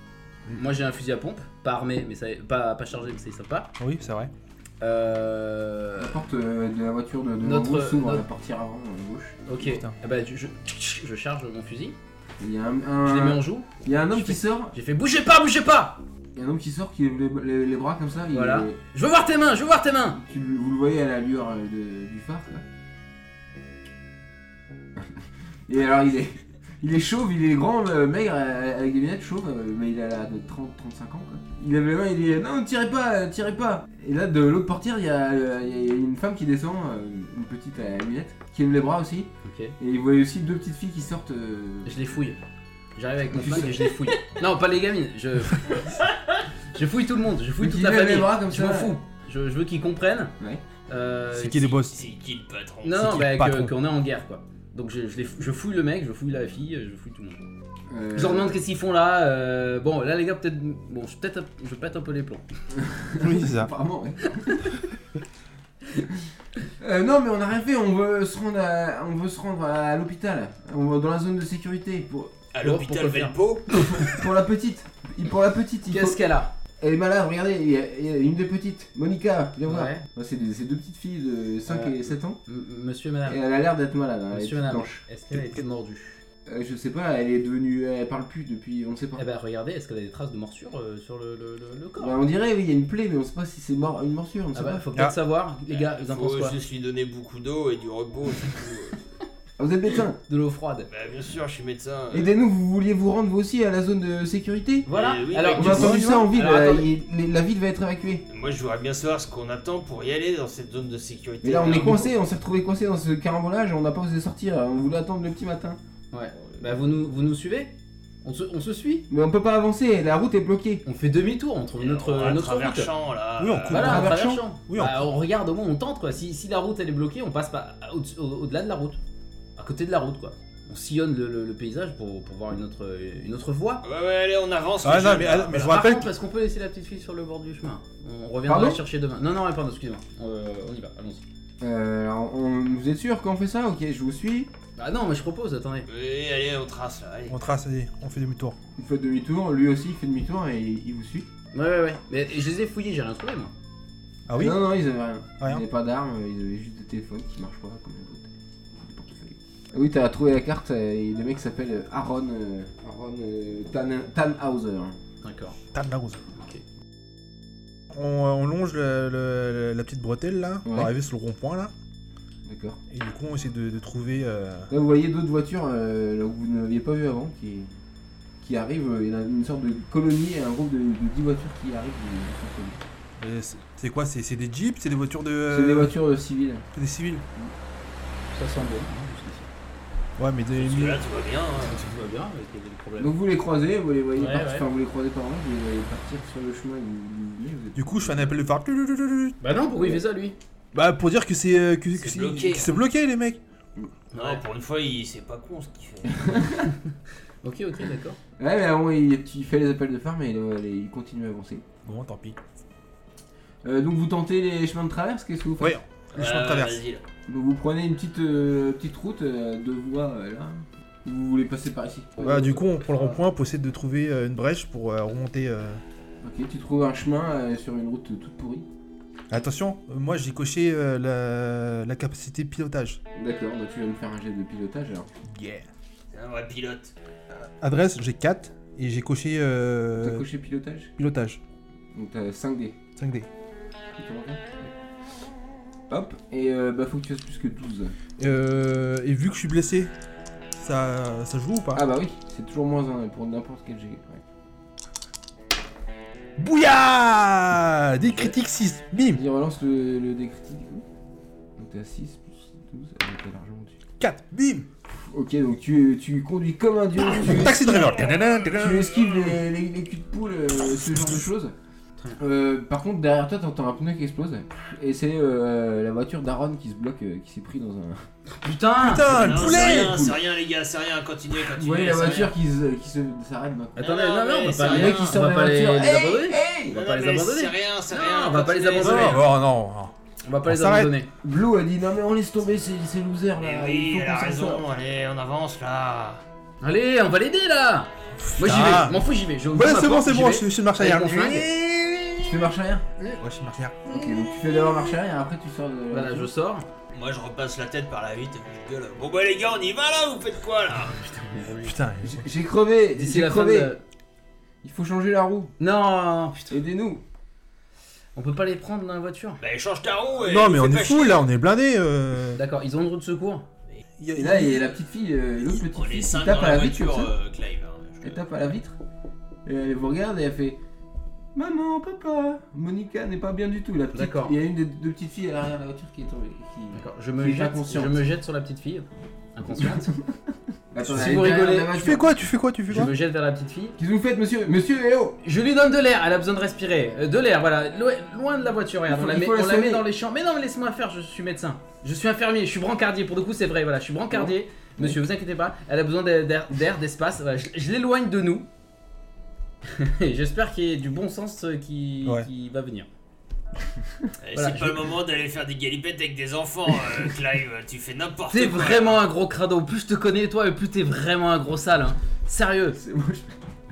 [SPEAKER 2] Mm.
[SPEAKER 6] Moi j'ai un fusil à pompe, pas armé, mais ça, pas, pas chargé, mais c'est sympa.
[SPEAKER 1] Oui, c'est vrai.
[SPEAKER 6] Euh.
[SPEAKER 2] La porte euh, de la voiture de, de
[SPEAKER 6] Notre-
[SPEAKER 2] Rambo s'ouvre à la
[SPEAKER 6] notre-
[SPEAKER 2] partie avant, à gauche.
[SPEAKER 6] Ok,
[SPEAKER 1] Putain.
[SPEAKER 6] Eh bah, je, je- je charge mon fusil,
[SPEAKER 2] Il y a un,
[SPEAKER 6] je les mets
[SPEAKER 2] un-
[SPEAKER 6] en joue,
[SPEAKER 2] il y a un homme
[SPEAKER 6] je
[SPEAKER 2] qui sort,
[SPEAKER 6] j'ai fait bougez pas, bougez pas
[SPEAKER 2] il y a un homme qui sort qui lève les, les- les bras comme ça. il
[SPEAKER 6] Voilà.
[SPEAKER 2] est-
[SPEAKER 6] Je veux voir tes mains, je veux voir tes mains
[SPEAKER 2] Tu le- vous le voyez à la lueur euh, de- du phare, quoi. Et alors, il est, il est chauve, il est grand, euh, maigre, euh, avec des lunettes chauves, euh, mais il a la- de 30, 35 ans, quoi. Il lève les mains, il dit Non, tirez pas, euh, tirez pas Et là, de l'autre portière, il y, a, euh, il y a une femme qui descend, euh, une petite à lunettes, qui lève les bras aussi.
[SPEAKER 6] Ok,
[SPEAKER 2] Et vous voyez aussi deux petites filles qui sortent. euh,
[SPEAKER 6] je les fouille. J'arrive avec mon
[SPEAKER 2] Tu
[SPEAKER 6] flingue
[SPEAKER 2] sais-
[SPEAKER 6] et je les fouille. non, pas les gamines, je. je fouille tout le monde, je fouille
[SPEAKER 2] Donc,
[SPEAKER 6] toute
[SPEAKER 2] il
[SPEAKER 6] la
[SPEAKER 2] lève les
[SPEAKER 6] famille.
[SPEAKER 2] bras comme
[SPEAKER 6] Je
[SPEAKER 2] ça.
[SPEAKER 6] m'en fous, je, je veux qu'ils comprennent.
[SPEAKER 2] Ouais.
[SPEAKER 6] Euh,
[SPEAKER 1] C'est qui les boss
[SPEAKER 4] C'est qui le patron
[SPEAKER 6] Non,
[SPEAKER 1] c'est
[SPEAKER 6] non,
[SPEAKER 1] qui le
[SPEAKER 6] bah, que-
[SPEAKER 1] patron
[SPEAKER 6] qu'on est en guerre quoi. Donc je, je les fou- je fouille le mec, je fouille la fille, je fouille tout le monde.
[SPEAKER 2] Euh,
[SPEAKER 6] Je leur demande qu'est-ce qu'ils font là. euh, bon, là les gars, peut-être. Bon, je, peut je pète un peu les plombs.
[SPEAKER 1] Oui, c'est ça.
[SPEAKER 2] Apparemment, ouais. Euh, non, mais on a rien fait, on veut se rendre à, on veut se rendre à l'hôpital, On va dans la zone de sécurité, pour,
[SPEAKER 4] À
[SPEAKER 6] Bon,
[SPEAKER 4] l'hôpital
[SPEAKER 6] pourquoi faire
[SPEAKER 4] Velpo
[SPEAKER 2] pour la petite. Il- Pour la petite, il faut-
[SPEAKER 6] Qu'est-ce qu'elle a
[SPEAKER 2] elle est malade, regardez, il y, a, il y a une des petites, Monica, viens voir.
[SPEAKER 6] Ouais.
[SPEAKER 2] Ouais, C'est des- c'est deux petites filles de 5
[SPEAKER 6] Ouais.
[SPEAKER 2] et 7 ans,
[SPEAKER 6] M- Monsieur,
[SPEAKER 2] et
[SPEAKER 6] madame.
[SPEAKER 2] elle a l'air d'être malade, hein, elle est
[SPEAKER 6] Monsieur,
[SPEAKER 2] toute
[SPEAKER 6] madame.
[SPEAKER 2] blanche.
[SPEAKER 6] Est-ce qu'elle a été mordue
[SPEAKER 2] Euh, je sais pas, elle est devenue, elle parle plus depuis, on sait pas.
[SPEAKER 6] Eh ben regardez, est-ce qu'elle a des traces de morsure euh, sur le, le- le- le corps
[SPEAKER 2] Bah, on dirait, oui, il y a une plaie, mais on sait pas si c'est mort, une morsure, on sait
[SPEAKER 6] Ah bah
[SPEAKER 2] pas.
[SPEAKER 6] faut peut-être
[SPEAKER 1] Ah.
[SPEAKER 6] savoir, les gars, vous en pensez
[SPEAKER 4] Faut
[SPEAKER 6] quoi
[SPEAKER 4] juste lui donner beaucoup d'eau et du repos. du coup, euh,
[SPEAKER 2] Ah, vous êtes médecin,
[SPEAKER 6] De l'eau froide.
[SPEAKER 4] Bah bien sûr, je suis médecin. euh,
[SPEAKER 2] aidez-nous, vous vouliez vous rendre vous aussi à la zone de sécurité
[SPEAKER 6] Voilà,
[SPEAKER 4] Eh oui,
[SPEAKER 6] alors
[SPEAKER 4] mais
[SPEAKER 2] On
[SPEAKER 6] du
[SPEAKER 2] a
[SPEAKER 6] coup-
[SPEAKER 2] entendu ça en ville,
[SPEAKER 6] Alors,
[SPEAKER 2] euh,
[SPEAKER 6] attendez.
[SPEAKER 2] il- les- la ville va être évacuée.
[SPEAKER 4] Moi, je voudrais bien savoir ce qu'on attend pour y aller dans cette zone de sécurité.
[SPEAKER 2] Mais là on est
[SPEAKER 4] Alors,
[SPEAKER 2] coincé, on s'est retrouvé coincé dans ce carambolage, on n'a pas osé sortir, on voulait attendre le petit matin.
[SPEAKER 6] Ouais. Bah vous nous, vous nous suivez on se, on se suit
[SPEAKER 2] Mais on peut pas avancer, la route est bloquée.
[SPEAKER 6] On fait demi-tour, on trouve
[SPEAKER 4] on
[SPEAKER 6] notre,
[SPEAKER 4] va à
[SPEAKER 6] notre
[SPEAKER 4] travers
[SPEAKER 6] route.
[SPEAKER 4] champ, là.
[SPEAKER 1] Oui, on coupe.
[SPEAKER 6] Voilà,
[SPEAKER 2] On
[SPEAKER 6] on
[SPEAKER 2] traverse
[SPEAKER 6] traverse
[SPEAKER 2] champ.
[SPEAKER 6] champ.
[SPEAKER 1] Oui, on-
[SPEAKER 6] Bah, on regarde, au moins on tente quoi. Si, si la route elle est bloquée, on passe pas au- au- au-delà de la route. À côté de la route quoi. On sillonne le, le- le paysage pour, pour voir une autre, une autre voie.
[SPEAKER 4] Ouais, ouais, allez, on avance.
[SPEAKER 1] Ah
[SPEAKER 4] les
[SPEAKER 1] non,
[SPEAKER 4] jeunes,
[SPEAKER 1] mais,
[SPEAKER 4] là.
[SPEAKER 1] ah, mais je vous
[SPEAKER 6] Par
[SPEAKER 1] rappelle.
[SPEAKER 6] contre, est-ce qu'on peut laisser la petite fille sur le bord du chemin On reviendra
[SPEAKER 2] Pardon
[SPEAKER 6] la chercher demain. Non, non, pardon, excusez-moi. Euh, on y va, allons-y.
[SPEAKER 2] Euh, alors, on- vous êtes sûr qu'on fait ça Ok, je vous suis.
[SPEAKER 6] Ah non, mais je propose, attendez.
[SPEAKER 4] Oui, allez, on trace, là. allez.
[SPEAKER 1] On trace, allez, on fait demi-tour.
[SPEAKER 2] Vous faites demi-tour, lui aussi il fait demi-tour et il il vous suit.
[SPEAKER 6] Ouais, ouais, ouais. Mais je les ai fouillés, j'ai rien trouvé moi.
[SPEAKER 1] Ah oui
[SPEAKER 2] Non, non, ils avaient rien.
[SPEAKER 1] Rien.
[SPEAKER 2] Ils avaient pas d'armes, ils avaient juste des téléphones qui marchent pas comme les autres. Des portefeuilles. Ah Oui, t'as trouvé la carte, euh, et le mec s'appelle euh, Aaron, euh, Aaron euh, Tan- Tannhauser.
[SPEAKER 6] D'accord.
[SPEAKER 1] T'as de la rose.
[SPEAKER 6] Ok.
[SPEAKER 1] On, euh, on longe le- le- la petite bretelle là, pour
[SPEAKER 2] Ouais.
[SPEAKER 1] arriver sur le rond-point là.
[SPEAKER 2] D'accord.
[SPEAKER 1] Et du coup, on essaie de, de trouver. euh,
[SPEAKER 2] Là, vous voyez d'autres voitures euh, là, que vous n'aviez pas vu avant qui, qui arrivent. euh, Il y a une sorte de colonie et un groupe de, de 10 voitures qui arrivent. de- de cette colonie.
[SPEAKER 1] euh, c'est- c'est quoi C'est c'est des jeeps C'est des voitures de.
[SPEAKER 2] euh, C'est des voitures euh, civiles.
[SPEAKER 1] c'est des civils
[SPEAKER 6] Ça sent bon. hein, jusqu'ici.
[SPEAKER 1] Ouais, mais des-
[SPEAKER 4] Parce que là, tout va bien. hein.
[SPEAKER 6] Tout va bien, mais quel est le problème
[SPEAKER 2] Donc vous les croisez, vous les voyez
[SPEAKER 6] Ouais,
[SPEAKER 2] partir,
[SPEAKER 6] ouais.
[SPEAKER 2] enfin vous les croisez par vous les voyez partir sur le chemin. du- du- du-
[SPEAKER 1] du coup, je fais un appel de phare.
[SPEAKER 6] Bah non, pourquoi il fait ça lui
[SPEAKER 1] Bah, pour dire que c'est. euh, que- que
[SPEAKER 4] C'est
[SPEAKER 1] c'est-
[SPEAKER 4] bloqué.
[SPEAKER 1] que c'est bloqué, les mecs.
[SPEAKER 4] Non,
[SPEAKER 6] Ouais.
[SPEAKER 4] pour une fois, il c'est pas con ce qu'il fait.
[SPEAKER 6] Ok, ok, d'accord.
[SPEAKER 2] Ouais, mais bon, il, il fait les appels de phare, mais il, euh, il continue à avancer.
[SPEAKER 1] Bon, tant pis.
[SPEAKER 2] Euh, donc vous tentez les chemins de traverse, qu'est-ce que vous faites
[SPEAKER 1] Ouais, les chemins de
[SPEAKER 4] Euh,
[SPEAKER 1] traverse.
[SPEAKER 4] vas-y, là.
[SPEAKER 2] Donc vous prenez une petite, euh, petite route euh, de voies euh, là. Vous voulez passer par ici
[SPEAKER 1] Bah, du coup, on prend le rond-point pour essayer de trouver euh, une brèche pour euh, remonter. euh.
[SPEAKER 2] Ok, tu trouves un chemin euh, sur une route toute pourrie.
[SPEAKER 1] Attention, euh, moi j'ai coché euh, la... la capacité pilotage.
[SPEAKER 2] D'accord, bah tu vas me faire un jet de pilotage alors.
[SPEAKER 1] Yeah.
[SPEAKER 4] C'est un vrai pilote.
[SPEAKER 1] Adresse, j'ai 4 et j'ai coché euh,
[SPEAKER 2] T'as coché pilotage
[SPEAKER 1] pilotage.
[SPEAKER 2] Donc t'as 5D.
[SPEAKER 1] 5D.
[SPEAKER 2] Tu reviens Hop, et euh, bah faut que tu fasses plus que 12.
[SPEAKER 1] Euh, et vu que je suis blessé, ça, ça joue ou pas
[SPEAKER 2] Ah bah oui, c'est toujours moins 1 pour n'importe quel jet. ouais.
[SPEAKER 1] Bouya Des critiques 6, bim
[SPEAKER 2] Il relance le, le dé critique. Donc t'as 6 plus 12, ah, t'as largement dessus.
[SPEAKER 1] 4, bim
[SPEAKER 2] Ok, donc tu, tu conduis comme un dieu, tu,
[SPEAKER 1] Taxi driver
[SPEAKER 2] tu esquives les, les, les culs de poule, euh, ce genre de choses. Euh, par contre, derrière toi, t'entends un pneu qui explose. Et c'est euh, la voiture d'Aaron qui se bloque, euh, qui s'est pris dans un.
[SPEAKER 6] Putain
[SPEAKER 1] Putain, Ah,
[SPEAKER 4] Non,
[SPEAKER 1] le
[SPEAKER 4] Ah, c'est
[SPEAKER 1] poulet
[SPEAKER 4] rien, C'est rien, les gars, c'est rien. Continuez,
[SPEAKER 2] Vous
[SPEAKER 4] continuez.
[SPEAKER 2] voyez la
[SPEAKER 4] c'est
[SPEAKER 2] voiture
[SPEAKER 4] rien.
[SPEAKER 2] qui se- qui se- s'arrête maintenant.
[SPEAKER 6] Attendez,
[SPEAKER 4] Non,
[SPEAKER 6] non,
[SPEAKER 4] mais
[SPEAKER 6] non, on va
[SPEAKER 4] c'est
[SPEAKER 6] pas
[SPEAKER 4] rien.
[SPEAKER 6] les-
[SPEAKER 4] Les mecs, ils
[SPEAKER 6] on
[SPEAKER 2] sortent
[SPEAKER 6] va
[SPEAKER 2] de
[SPEAKER 6] pas
[SPEAKER 2] la
[SPEAKER 6] les
[SPEAKER 2] voiture.
[SPEAKER 6] les
[SPEAKER 2] Hey,
[SPEAKER 6] abandonner.
[SPEAKER 2] hey
[SPEAKER 6] On va
[SPEAKER 4] Non,
[SPEAKER 6] pas
[SPEAKER 4] non,
[SPEAKER 6] les
[SPEAKER 4] mais
[SPEAKER 6] abandonner.
[SPEAKER 4] C'est rien, c'est
[SPEAKER 6] Non,
[SPEAKER 4] rien.
[SPEAKER 6] on va pas les
[SPEAKER 4] continuez.
[SPEAKER 6] abandonner.
[SPEAKER 1] Non, non, Oh, non.
[SPEAKER 6] On va pas les
[SPEAKER 1] On s'arrête.
[SPEAKER 6] abandonner.
[SPEAKER 2] Blue a dit non mais on laisse tomber ces, ces losers
[SPEAKER 4] Mais
[SPEAKER 2] là.
[SPEAKER 4] Eh
[SPEAKER 2] Ah, il faut
[SPEAKER 4] oui, elle a
[SPEAKER 2] qu'on s'en sorte.
[SPEAKER 4] raison. Allez, on avance là.
[SPEAKER 6] Allez, on va l'aider là Moi j'y
[SPEAKER 1] Putain.
[SPEAKER 6] vais, m'en fous, j'y vais. Je ouvre
[SPEAKER 1] Ah. Ouais,
[SPEAKER 6] ma
[SPEAKER 1] c'est bon,
[SPEAKER 6] porte,
[SPEAKER 1] c'est
[SPEAKER 6] j'y
[SPEAKER 1] bon,
[SPEAKER 6] vais.
[SPEAKER 1] je suis- je suis de marche arrière.
[SPEAKER 6] Avec mon flingue.
[SPEAKER 2] Tu fais marche arrière
[SPEAKER 1] Ouais, je suis de marche arrière.
[SPEAKER 2] Ok donc tu fais d'abord marche arrière et après tu sors de.
[SPEAKER 6] Voilà, je sors.
[SPEAKER 4] Moi, je repasse la tête par la vitre et je gueule. Bon, bah, les gars, on y va là, vous faites quoi là
[SPEAKER 1] Putain,
[SPEAKER 2] J'ai- J'ai crevé,
[SPEAKER 6] D'ici
[SPEAKER 2] j'ai
[SPEAKER 6] la fin
[SPEAKER 2] crevé.
[SPEAKER 6] de...
[SPEAKER 2] Il faut changer la roue.
[SPEAKER 6] Non, putain.
[SPEAKER 2] Aidez-nous.
[SPEAKER 6] On peut pas les prendre dans la voiture.
[SPEAKER 4] Bah, échange ta roue et.
[SPEAKER 1] non mais
[SPEAKER 4] fais
[SPEAKER 1] on
[SPEAKER 4] pas
[SPEAKER 1] est fou
[SPEAKER 4] chier.
[SPEAKER 1] là, on est blindé. Euh...
[SPEAKER 6] D'accord, ils ont une roue de secours.
[SPEAKER 1] y a-
[SPEAKER 2] Et là il y a la petite fille, euh, l'autre petite
[SPEAKER 4] On est
[SPEAKER 2] fille
[SPEAKER 4] Oh, cinq
[SPEAKER 2] qui
[SPEAKER 4] dans
[SPEAKER 2] tape à
[SPEAKER 4] la
[SPEAKER 2] la vitre.
[SPEAKER 4] voiture,
[SPEAKER 2] comme ça.
[SPEAKER 4] euh, Clive. hein, je-
[SPEAKER 2] Elle tape à la vitre. Et elle vous regarde et elle fait. Maman, papa. Monica n'est pas bien du tout la petite.
[SPEAKER 6] D'accord.
[SPEAKER 2] Il y a une des deux petites filles à l'arrière de la voiture qui est tombée. qui-
[SPEAKER 6] D'accord, je me
[SPEAKER 2] Qui est
[SPEAKER 6] jette,
[SPEAKER 2] inconsciente.
[SPEAKER 6] je me jette sur la petite fille. Inconsciente.
[SPEAKER 2] Attends,
[SPEAKER 6] Si
[SPEAKER 2] elle est
[SPEAKER 6] vous
[SPEAKER 2] derrière
[SPEAKER 6] rigolez,
[SPEAKER 2] la
[SPEAKER 6] tu
[SPEAKER 1] Tu
[SPEAKER 2] voiture.
[SPEAKER 1] fais quoi Tu fais quoi Tu fais
[SPEAKER 6] je
[SPEAKER 1] quoi
[SPEAKER 6] me jette vers la petite fille.
[SPEAKER 2] Qu'est-ce que vous faites monsieur Monsieur eh oh
[SPEAKER 6] Je lui donne de l'air, elle a besoin de respirer. Euh, De l'air, voilà, Lo- loin de la voiture, regarde.
[SPEAKER 2] Il faut-
[SPEAKER 6] on la,
[SPEAKER 2] il
[SPEAKER 6] met,
[SPEAKER 2] faut la
[SPEAKER 6] on la met
[SPEAKER 2] sauver.
[SPEAKER 6] dans les champs. Mais non, mais laisse-moi faire, je suis médecin. Je suis infirmier, je suis brancardier. Pour le coup, c'est vrai, voilà, je suis brancardier. Monsieur, vous inquiétez pas, elle a besoin d'air- d'air, d'air, d'espace. Voilà, je, je l'éloigne de nous. Et J'espère qu'il y ait du bon sens euh, qui,
[SPEAKER 1] Ouais.
[SPEAKER 6] qui va venir.
[SPEAKER 4] Eh,
[SPEAKER 6] Voilà,
[SPEAKER 4] c'est
[SPEAKER 6] je-
[SPEAKER 4] pas le moment d'aller faire des galipettes avec des enfants, euh, Clive. Tu fais n'importe quoi.
[SPEAKER 6] T'es vraiment un gros crado. Plus je te connais, toi, et plus t'es vraiment un gros sale. hein. Sérieux.
[SPEAKER 2] C'est moi, je-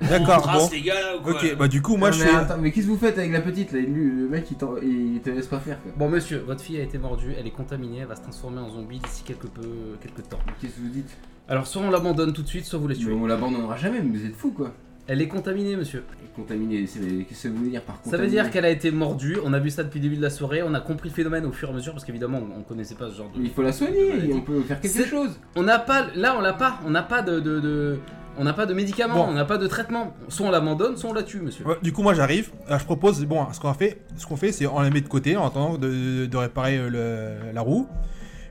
[SPEAKER 4] On
[SPEAKER 1] D'accord,
[SPEAKER 4] trace
[SPEAKER 1] bon.
[SPEAKER 4] les gars là ou quoi là
[SPEAKER 1] Ok, bah du coup moi
[SPEAKER 2] Non,
[SPEAKER 1] je
[SPEAKER 2] mais,
[SPEAKER 1] fais.
[SPEAKER 2] attends, mais qu'est-ce que vous faites avec la petite là Lui, Le mec il, t'en- il te laisse pas faire quoi.
[SPEAKER 6] Bon, monsieur, votre fille a été mordue, elle est contaminée, elle va se transformer en zombie d'ici quelques, peu, quelques temps.
[SPEAKER 2] Qu'est-ce que vous dites
[SPEAKER 6] Alors, soit on l'abandonne tout de suite, soit vous la
[SPEAKER 2] Mais
[SPEAKER 6] tuez.
[SPEAKER 2] On l'abandonnera jamais, mais vous êtes fous quoi.
[SPEAKER 6] Elle est contaminée, monsieur.
[SPEAKER 2] Contaminé, c'est- qu'est-ce que ça veut dire par
[SPEAKER 6] Ça
[SPEAKER 2] contaminé
[SPEAKER 6] veut dire qu'elle a été mordue, on a vu ça depuis le début de la soirée, on a compris le phénomène au fur et à mesure, parce qu'évidemment on on connaissait pas ce genre
[SPEAKER 2] Mais
[SPEAKER 6] de...
[SPEAKER 2] Il faut la soigner, on peut faire quelque
[SPEAKER 6] C'est-
[SPEAKER 2] chose.
[SPEAKER 6] On n'a pas, là on l'a pas, on n'a pas de... de- de- on n'a pas de médicaments,
[SPEAKER 1] Bon.
[SPEAKER 6] on n'a pas de traitement. Soit on l'abandonne, soit on la tue, monsieur.
[SPEAKER 1] Ouais, bah, du coup, moi j'arrive. Alors, je propose, bon, ce qu'on fait, ce qu'on fait, c'est on les met de côté en attendant de, de- de réparer euh, le- la roue.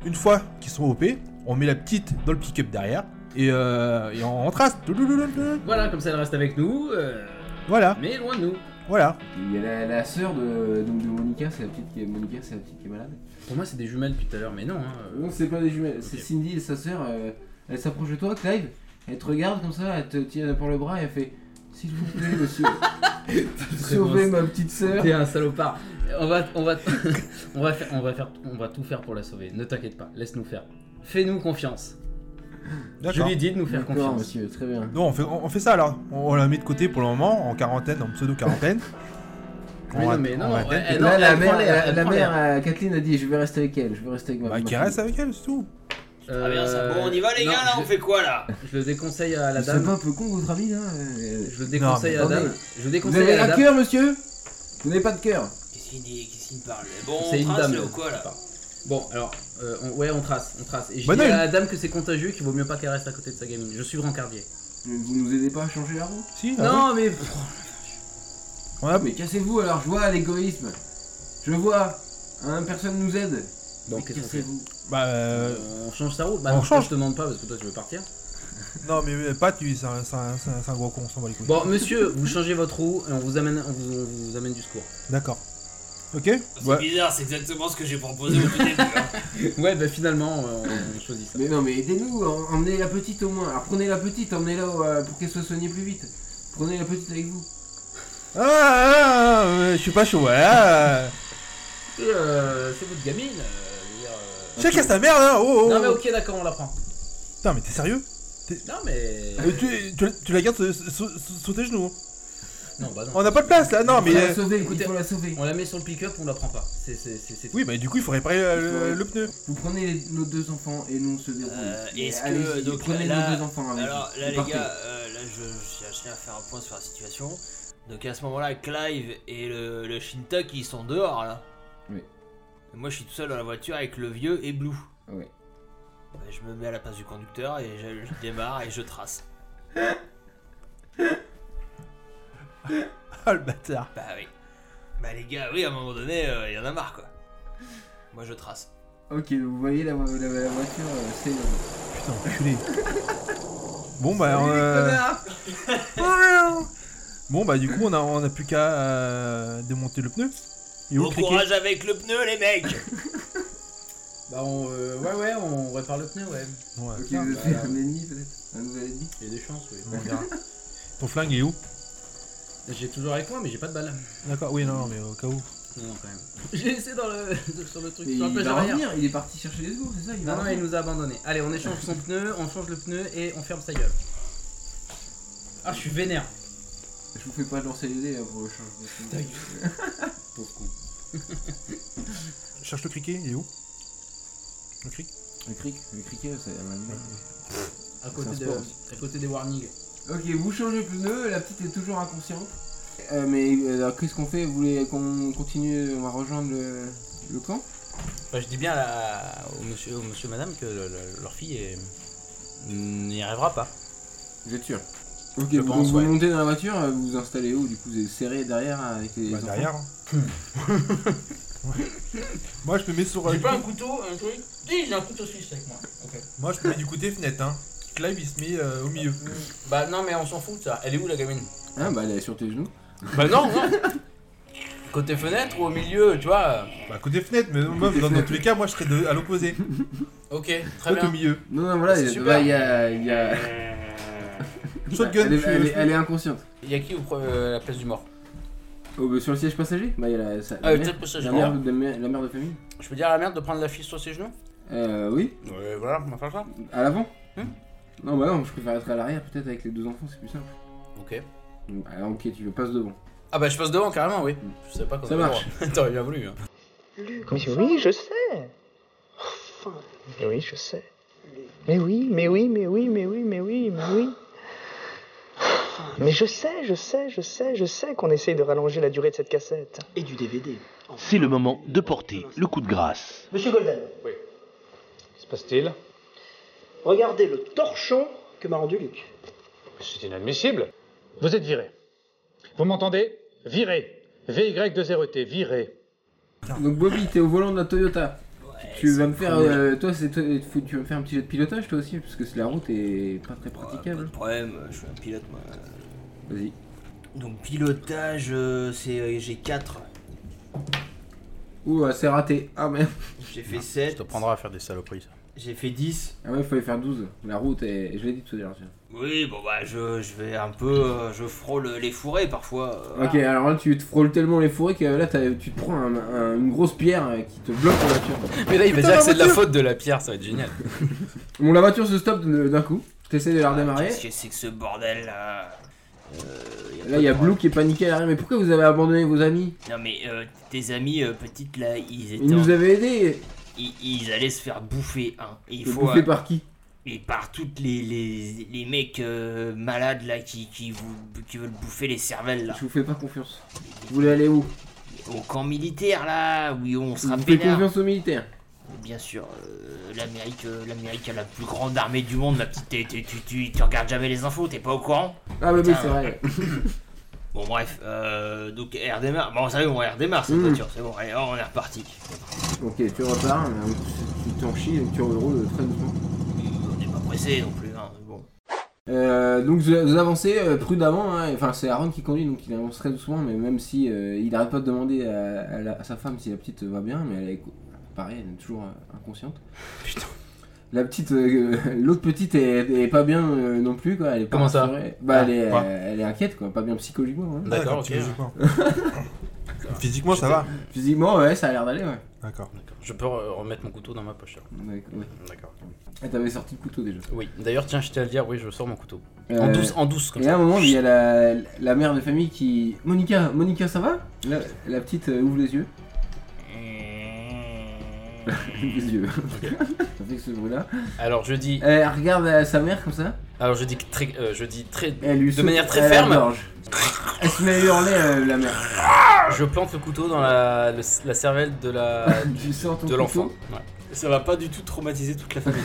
[SPEAKER 1] Une fois qu'ils sont OP, on met la petite dans le pick-up derrière et, euh, et on, on trace.
[SPEAKER 6] Voilà, comme ça elle reste avec nous, euh,
[SPEAKER 1] Voilà,
[SPEAKER 6] mais loin de nous.
[SPEAKER 1] voilà.
[SPEAKER 2] Il y a la, la sœur de, donc de Monica, c'est la petite qui est Monica, c'est la petite qui est malade.
[SPEAKER 6] Pour moi c'est des jumelles depuis tout à l'heure, mais non. hein, euh,
[SPEAKER 2] Non, c'est pas des jumelles, c'est
[SPEAKER 6] Ok.
[SPEAKER 2] Cindy et sa sœur. euh, elle s'approche de toi, Clive. Elle te regarde comme ça, elle te tient par le bras et elle fait s'il vous plaît monsieur, sauvez ma petite sœur.
[SPEAKER 6] T'es un salopard. On va, on va, on va faire, on va faire, on va tout faire pour la sauver. Ne t'inquiète pas, laisse nous faire. Fais-nous confiance. Je
[SPEAKER 1] D'accord.
[SPEAKER 6] lui dis de nous faire
[SPEAKER 2] D'accord
[SPEAKER 6] confiance.
[SPEAKER 2] monsieur, très bien.
[SPEAKER 1] Non, on fait, on, on fait ça alors. On, on la met de côté pour le moment, en quarantaine, en pseudo quarantaine.
[SPEAKER 6] Mais non, mais non,
[SPEAKER 1] va-
[SPEAKER 6] ouais,
[SPEAKER 1] bah,
[SPEAKER 6] Eh non,
[SPEAKER 2] Là, la
[SPEAKER 6] elle prend
[SPEAKER 2] mère,
[SPEAKER 6] l'air,
[SPEAKER 2] la,
[SPEAKER 6] elle
[SPEAKER 2] la
[SPEAKER 6] prend
[SPEAKER 2] mère,
[SPEAKER 6] l'air.
[SPEAKER 2] euh, Kathleen a dit je vais rester avec elle, je vais rester avec ma ma
[SPEAKER 1] qui
[SPEAKER 2] fille.
[SPEAKER 1] Bah, reste avec elle, c'est tout.
[SPEAKER 4] Très bien Ah, ça. Bon, on y va les
[SPEAKER 6] Euh, non,
[SPEAKER 4] gars là,
[SPEAKER 6] je-
[SPEAKER 4] on fait quoi là
[SPEAKER 6] Je le déconseille à la
[SPEAKER 2] Vous êtes pas
[SPEAKER 6] dame.
[SPEAKER 2] un peu con votre ami là euh,
[SPEAKER 6] Je le déconseille
[SPEAKER 1] mais
[SPEAKER 6] à la
[SPEAKER 2] attendez.
[SPEAKER 6] dame. Je le
[SPEAKER 2] Vous
[SPEAKER 6] déconseille
[SPEAKER 2] avez
[SPEAKER 6] à
[SPEAKER 2] un
[SPEAKER 6] la dame.
[SPEAKER 2] cœur monsieur Vous n'avez pas de cœur
[SPEAKER 4] Qu'est-ce qu'il dit Qu'est-ce qu'il parle Bon,
[SPEAKER 6] C'est
[SPEAKER 4] on
[SPEAKER 6] une
[SPEAKER 4] trace
[SPEAKER 6] dame.
[SPEAKER 4] là ou quoi là
[SPEAKER 6] Bon, alors, euh, on- ouais, on trace, on trace. Et je
[SPEAKER 1] Bah
[SPEAKER 6] dis
[SPEAKER 1] non,
[SPEAKER 6] à
[SPEAKER 1] il-
[SPEAKER 6] la dame que c'est contagieux, qu'il vaut mieux pas qu'elle reste à côté de sa gamine. Je suis brancardier.
[SPEAKER 2] Vous nous aidez pas à changer la roue
[SPEAKER 1] Si, ah
[SPEAKER 6] Non, mais
[SPEAKER 1] bon On a-
[SPEAKER 2] Mais cassez-vous alors, je vois l'égoïsme. Je vois, hein, personne nous aide.
[SPEAKER 6] Donc, qu'est-ce qu'on fait
[SPEAKER 2] Cassez-vous.
[SPEAKER 1] Bah, euh,
[SPEAKER 6] On change sa route Bah,
[SPEAKER 1] on
[SPEAKER 6] non,
[SPEAKER 1] change.
[SPEAKER 6] je te demande pas parce que toi, tu veux partir.
[SPEAKER 1] non, mais euh, pas tu, c'est un, c'est un- c'est un- c'est un gros con, on s'en bat les couilles.
[SPEAKER 6] Bon, monsieur, vous changez votre roue et on vous amène, on vous, on vous amène du secours.
[SPEAKER 1] D'accord. Ok
[SPEAKER 4] C'est
[SPEAKER 1] ouais.
[SPEAKER 4] bizarre, c'est exactement ce que j'ai proposé au tout début. hein.
[SPEAKER 6] Ouais, bah finalement, euh, on choisit ça.
[SPEAKER 2] Mais non, mais aidez-nous, em- emmenez la petite au moins. Alors prenez la petite, emmenez-la euh, pour qu'elle soit soignée plus vite. Prenez la petite avec vous.
[SPEAKER 1] Ah, ah, ah, euh, je suis pas chaud, ouais. ah.
[SPEAKER 6] Et euh, c'est votre gamine. euh, je veux dire, euh,
[SPEAKER 1] Tiens, casse ta merde, hein, oh, oh.
[SPEAKER 6] Non, mais ok, d'accord, on la prend.
[SPEAKER 1] Putain, mais t'es sérieux
[SPEAKER 6] Non, mais.
[SPEAKER 1] Euh, tu, tu, tu la gardes sous, sous- sous- sous tes genoux. hein.
[SPEAKER 6] Non, bah non.
[SPEAKER 1] On n'a pas de place là, non,
[SPEAKER 2] Il
[SPEAKER 1] mais.
[SPEAKER 2] faut la
[SPEAKER 1] euh,
[SPEAKER 2] sauver,
[SPEAKER 6] écoutez-
[SPEAKER 2] il faut la sauver.
[SPEAKER 6] On la met sur le pick-up, on la prend pas. C'est. c'est- c'est- c'est-
[SPEAKER 1] Oui, bah du coup, il faut réparer euh, le, le pneu.
[SPEAKER 2] Vous prenez les- nos deux enfants et nous on se déroule.
[SPEAKER 4] Euh,
[SPEAKER 2] Et
[SPEAKER 4] est-ce que-
[SPEAKER 2] allez-y,
[SPEAKER 4] donc,
[SPEAKER 2] prenez
[SPEAKER 4] là-
[SPEAKER 2] nos deux enfants avec
[SPEAKER 4] Alors
[SPEAKER 2] vous.
[SPEAKER 4] là,
[SPEAKER 2] Et
[SPEAKER 4] les
[SPEAKER 2] partez.
[SPEAKER 4] gars, euh, là, je, je cherchais à faire un point sur la situation. Donc à ce moment-là, Clive et le, le Shintak, ils sont dehors là.
[SPEAKER 2] Oui.
[SPEAKER 4] Et moi, je suis tout seul dans la voiture avec le vieux et Blue.
[SPEAKER 2] Ouais.
[SPEAKER 4] Bah, Je me mets à la place du conducteur et je, je démarre et je trace.
[SPEAKER 1] Ah, le bâtard.
[SPEAKER 4] Bah oui. Bah les gars, oui, à un moment donné, euh, il y en a marre quoi. Moi, je trace.
[SPEAKER 2] Ok, vous voyez la, vo- la- la voiture, euh, c'est.
[SPEAKER 1] Putain, enculé. bon, bah. euh,
[SPEAKER 2] Connard
[SPEAKER 1] Bon, bah, du coup, on a, on a plus qu'à euh, démonter le pneu. Et où
[SPEAKER 4] Bon
[SPEAKER 1] le cliquer
[SPEAKER 4] courage avec le pneu, les mecs
[SPEAKER 6] Bah, on. euh, ouais, ouais, on répare le pneu, ouais.
[SPEAKER 1] Ouais,
[SPEAKER 2] Ok,
[SPEAKER 1] putain,
[SPEAKER 2] vous
[SPEAKER 6] bah,
[SPEAKER 2] avez
[SPEAKER 6] là.
[SPEAKER 2] un ennemi peut-être Un nouvel ennemi
[SPEAKER 6] Il y a des chances, oui.
[SPEAKER 1] on verra. Ton flingue est où
[SPEAKER 6] J'ai toujours avec moi, mais j'ai pas de balle.
[SPEAKER 1] D'accord, oui, non, non, mais au cas où.
[SPEAKER 6] Non, non, quand même. J'ai laissé dans le, sur le truc.
[SPEAKER 2] Mais
[SPEAKER 6] sur la
[SPEAKER 2] il
[SPEAKER 6] plage
[SPEAKER 2] va
[SPEAKER 6] arrière.
[SPEAKER 2] revenir, il est parti chercher les secours, c'est ça il va
[SPEAKER 6] Non, non, il
[SPEAKER 2] revenir.
[SPEAKER 6] nous a abandonnés. Allez, on échange son pneu, on change le pneu et on ferme sa gueule. Ah, je suis vénère.
[SPEAKER 2] Je vous fais pas lancer les dés là, pour le changement.
[SPEAKER 6] Ta Pauvre con.
[SPEAKER 1] Cherche le criquet, il est où Le cric
[SPEAKER 2] Le cric, le criquet, c'est la main.
[SPEAKER 6] À
[SPEAKER 2] C'est
[SPEAKER 6] côté,
[SPEAKER 2] un
[SPEAKER 6] de,
[SPEAKER 2] sport.
[SPEAKER 6] à côté des warnings.
[SPEAKER 2] Ok, vous changez le pneu, la petite est toujours inconsciente. Euh, mais euh, alors, qu'est-ce qu'on fait Vous voulez qu'on continue, on va rejoindre le, le camp
[SPEAKER 6] Bah, je dis bien à- au monsieur, au monsieur, madame que le- le- leur fille est- mm, n'y arrivera pas.
[SPEAKER 2] Vous êtes sûr Ok,
[SPEAKER 6] Je
[SPEAKER 2] vous,
[SPEAKER 6] pense,
[SPEAKER 2] vous
[SPEAKER 6] ouais.
[SPEAKER 2] montez dans la voiture, euh, vous vous installez où Du coup, vous êtes serré derrière avec les.
[SPEAKER 1] Bah,
[SPEAKER 2] enfants
[SPEAKER 1] derrière. hein. Moi, je me mets sur. euh, du coup-
[SPEAKER 6] couteau, un truc Si, j'ai un couteau suisse avec moi.
[SPEAKER 1] Moi, je me mets du côté fenêtre, hein. Clive, il se met euh, au milieu.
[SPEAKER 6] Bah, non, mais on s'en fout de ça. Elle est où la gamine
[SPEAKER 2] Ah, bah, elle est sur tes genoux.
[SPEAKER 6] Bah, non, non Côté fenêtre ou au milieu, tu vois
[SPEAKER 1] Bah, côté fenêtre, mais moi, dans, dans tous les cas, moi, je serais de- à l'opposé.
[SPEAKER 6] Ok, très
[SPEAKER 1] Toi, t'es au
[SPEAKER 6] bien.
[SPEAKER 1] milieu.
[SPEAKER 2] Non, non, voilà,
[SPEAKER 6] Ah, C'est
[SPEAKER 2] il y a-
[SPEAKER 6] super.
[SPEAKER 2] bah, il y a. il y a-
[SPEAKER 1] Shotgun,
[SPEAKER 2] elle, est,
[SPEAKER 1] tu-
[SPEAKER 2] elle est- elle est inconsciente.
[SPEAKER 6] Il y a qui au pre- euh, la place du mort
[SPEAKER 2] Oh, bah, sur le siège passager Bah, il y a la. sa- la
[SPEAKER 6] Ah,
[SPEAKER 2] mère-
[SPEAKER 6] peut-être passager.
[SPEAKER 2] la mère, de- la mère- la mère de famille
[SPEAKER 6] Je peux dire à la merde de prendre la fille sur ses genoux
[SPEAKER 2] Euh, oui.
[SPEAKER 6] Ouais, voilà, on va faire ça.
[SPEAKER 2] À l'avant
[SPEAKER 6] Hmm
[SPEAKER 2] Non, bah non, je préfère être à l'arrière, peut-être avec les deux enfants, c'est plus simple.
[SPEAKER 6] Ok. Mm.
[SPEAKER 2] Alors, ok, tu le passes devant.
[SPEAKER 6] Ah bah je passe devant carrément, oui.
[SPEAKER 4] Mm.
[SPEAKER 6] Je savais pas qu'on
[SPEAKER 2] Ça
[SPEAKER 6] avait le
[SPEAKER 2] marche.
[SPEAKER 6] droit. T'aurais bien voulu. Hein.
[SPEAKER 3] Mais oui, je sais. Enfin, mais oui, je sais. Mais oui, mais oui, mais oui, mais oui, mais oui, mais oui. Mais je sais, je sais, je sais, je sais qu'on essaye de rallonger la durée de cette cassette. Et du DVD.
[SPEAKER 8] C'est le moment de porter le coup de grâce.
[SPEAKER 3] Monsieur Golden. Oui. se passe-t-il Regardez le torchon que m'a rendu Luc.
[SPEAKER 9] C'est inadmissible. Vous êtes viré. Vous m'entendez Viré. VY2RET, E viré.
[SPEAKER 2] Donc, Bobby, t'es au volant de la Toyota. tu vas me faire. euh, toi, c'est toi, il faut- tu vas me faire un petit jet de pilotage, toi aussi, parce que la route est pas très
[SPEAKER 4] Ah, pas de
[SPEAKER 2] praticable.
[SPEAKER 4] problème, je suis un pilote moi.
[SPEAKER 2] Vas-y.
[SPEAKER 4] Donc pilotage, euh, c'est euh, j'ai 4.
[SPEAKER 2] Ouh, ah, c'est raté. Ah, merde.
[SPEAKER 4] J'ai fait 7.
[SPEAKER 6] à faire des saloperies. Ça.
[SPEAKER 4] J'ai fait 10.
[SPEAKER 2] Ah, ouais, il fallait faire 12. La route est. Je l'ai dit tout à l'heure, tiens.
[SPEAKER 4] Oui, bon bah je, je vais un peu... euh, je frôle les fourrés parfois. euh,
[SPEAKER 2] Ok, alors là, tu te frôles tellement les forêts que là, t'as- tu te prends un- un- une grosse pierre euh, qui te bloque la voiture.
[SPEAKER 6] Mais là il va
[SPEAKER 1] Putain,
[SPEAKER 6] dire
[SPEAKER 1] la
[SPEAKER 6] que c'est de la
[SPEAKER 1] voiture
[SPEAKER 6] faute de la pierre, ça va être génial.
[SPEAKER 2] Bon, la voiture se stoppe d'un coup. T'essayes de la redémarrer.
[SPEAKER 4] Qu'est-ce que Ah, c'est que ce bordel là Euh,
[SPEAKER 2] Là, il y a Blue qui est paniqué à l'arrière. Mais pourquoi vous avez abandonné vos amis
[SPEAKER 4] Non mais euh, tes amis euh, petites là, ils étaient...
[SPEAKER 2] Ils nous
[SPEAKER 4] en-
[SPEAKER 2] avaient aidés.
[SPEAKER 4] ils, ils allaient se faire bouffer hein. Et il
[SPEAKER 2] Vous
[SPEAKER 4] faut...
[SPEAKER 2] bouffez
[SPEAKER 4] euh,
[SPEAKER 2] par qui
[SPEAKER 4] Et par toutes les, les, les mecs euh, malades là qui, qui, vous, qui veulent bouffer les cervelles là.
[SPEAKER 2] Je vous fais pas confiance. Vous voulez aller où
[SPEAKER 4] Au camp militaire là, oui on
[SPEAKER 2] Je
[SPEAKER 4] sera
[SPEAKER 2] vous fais
[SPEAKER 4] pénard.
[SPEAKER 2] confiance aux militaires.
[SPEAKER 4] hein. Bien sûr, euh, l'Amérique euh, l'Amérique a la plus grande armée du monde, ma petite. t'es- t'es- tu, tu, tu regardes jamais les infos, t'es pas au courant
[SPEAKER 2] Ah, bah oui,
[SPEAKER 4] Putain.
[SPEAKER 2] c'est vrai.
[SPEAKER 4] Bon, bref, euh, donc elle redémarre. Bon, ça y est, on redémarre cette
[SPEAKER 2] Mm.
[SPEAKER 4] voiture, c'est bon, allez, on est reparti.
[SPEAKER 2] Ok, tu repars, euh, tu- tu t'en chies et tu reroules très doucement.
[SPEAKER 4] On n'est pas pressé non plus, hein. Bon.
[SPEAKER 2] Euh, donc vous vous avancez euh, prudemment, hein. enfin c'est Aaron qui conduit donc il avance très doucement mais même si euh, il arrête pas de demander à, à la- à sa femme si la petite euh, va bien mais elle est co- pareil elle est toujours euh, inconsciente. Putain. La petite, euh, l'autre petite est, est pas bien euh, non plus quoi, elle est pas
[SPEAKER 6] Comment ça Ah,
[SPEAKER 2] rassurée. Bah elle est,
[SPEAKER 1] quoi
[SPEAKER 2] euh, elle est inquiète quoi, pas bien psychologiquement. hein.
[SPEAKER 6] D'accord, ok.
[SPEAKER 1] psychologiquement. Physiquement, ça va
[SPEAKER 2] Physiquement ouais ça a l'air d'aller ouais.
[SPEAKER 1] D'accord.
[SPEAKER 6] D'accord. Je peux re- remettre mon couteau dans ma poche. alors.
[SPEAKER 2] Ouais, ouais.
[SPEAKER 6] D'accord.
[SPEAKER 2] Ah, t'avais sorti le couteau déjà.
[SPEAKER 6] Oui. D'ailleurs, tiens, je t'ai à le dire, oui, je sors mon couteau. En
[SPEAKER 2] Euh,
[SPEAKER 6] douce, en douce comme
[SPEAKER 2] Et à
[SPEAKER 6] ça.
[SPEAKER 2] un moment, il y a la, la mère de famille qui. Monica, Monica, ça va la, la petite euh, ouvre les yeux. les yeux. ça fait ce bruit-là.
[SPEAKER 6] Alors je dis,
[SPEAKER 2] Elle regarde euh, sa mère comme ça.
[SPEAKER 6] alors je dis que très, euh, je dis très,
[SPEAKER 2] et Elle lui
[SPEAKER 6] De
[SPEAKER 2] saute-
[SPEAKER 6] manière très
[SPEAKER 2] elle
[SPEAKER 6] ferme.
[SPEAKER 2] l'égorge. Elle se met à hurler, euh, la mère.
[SPEAKER 6] je plante le couteau dans la, le- la cervelle de la,
[SPEAKER 2] Tu sors ton
[SPEAKER 6] de l'enfant.
[SPEAKER 2] couteau.
[SPEAKER 6] Ouais.
[SPEAKER 4] Ça va pas du tout traumatiser toute la famille.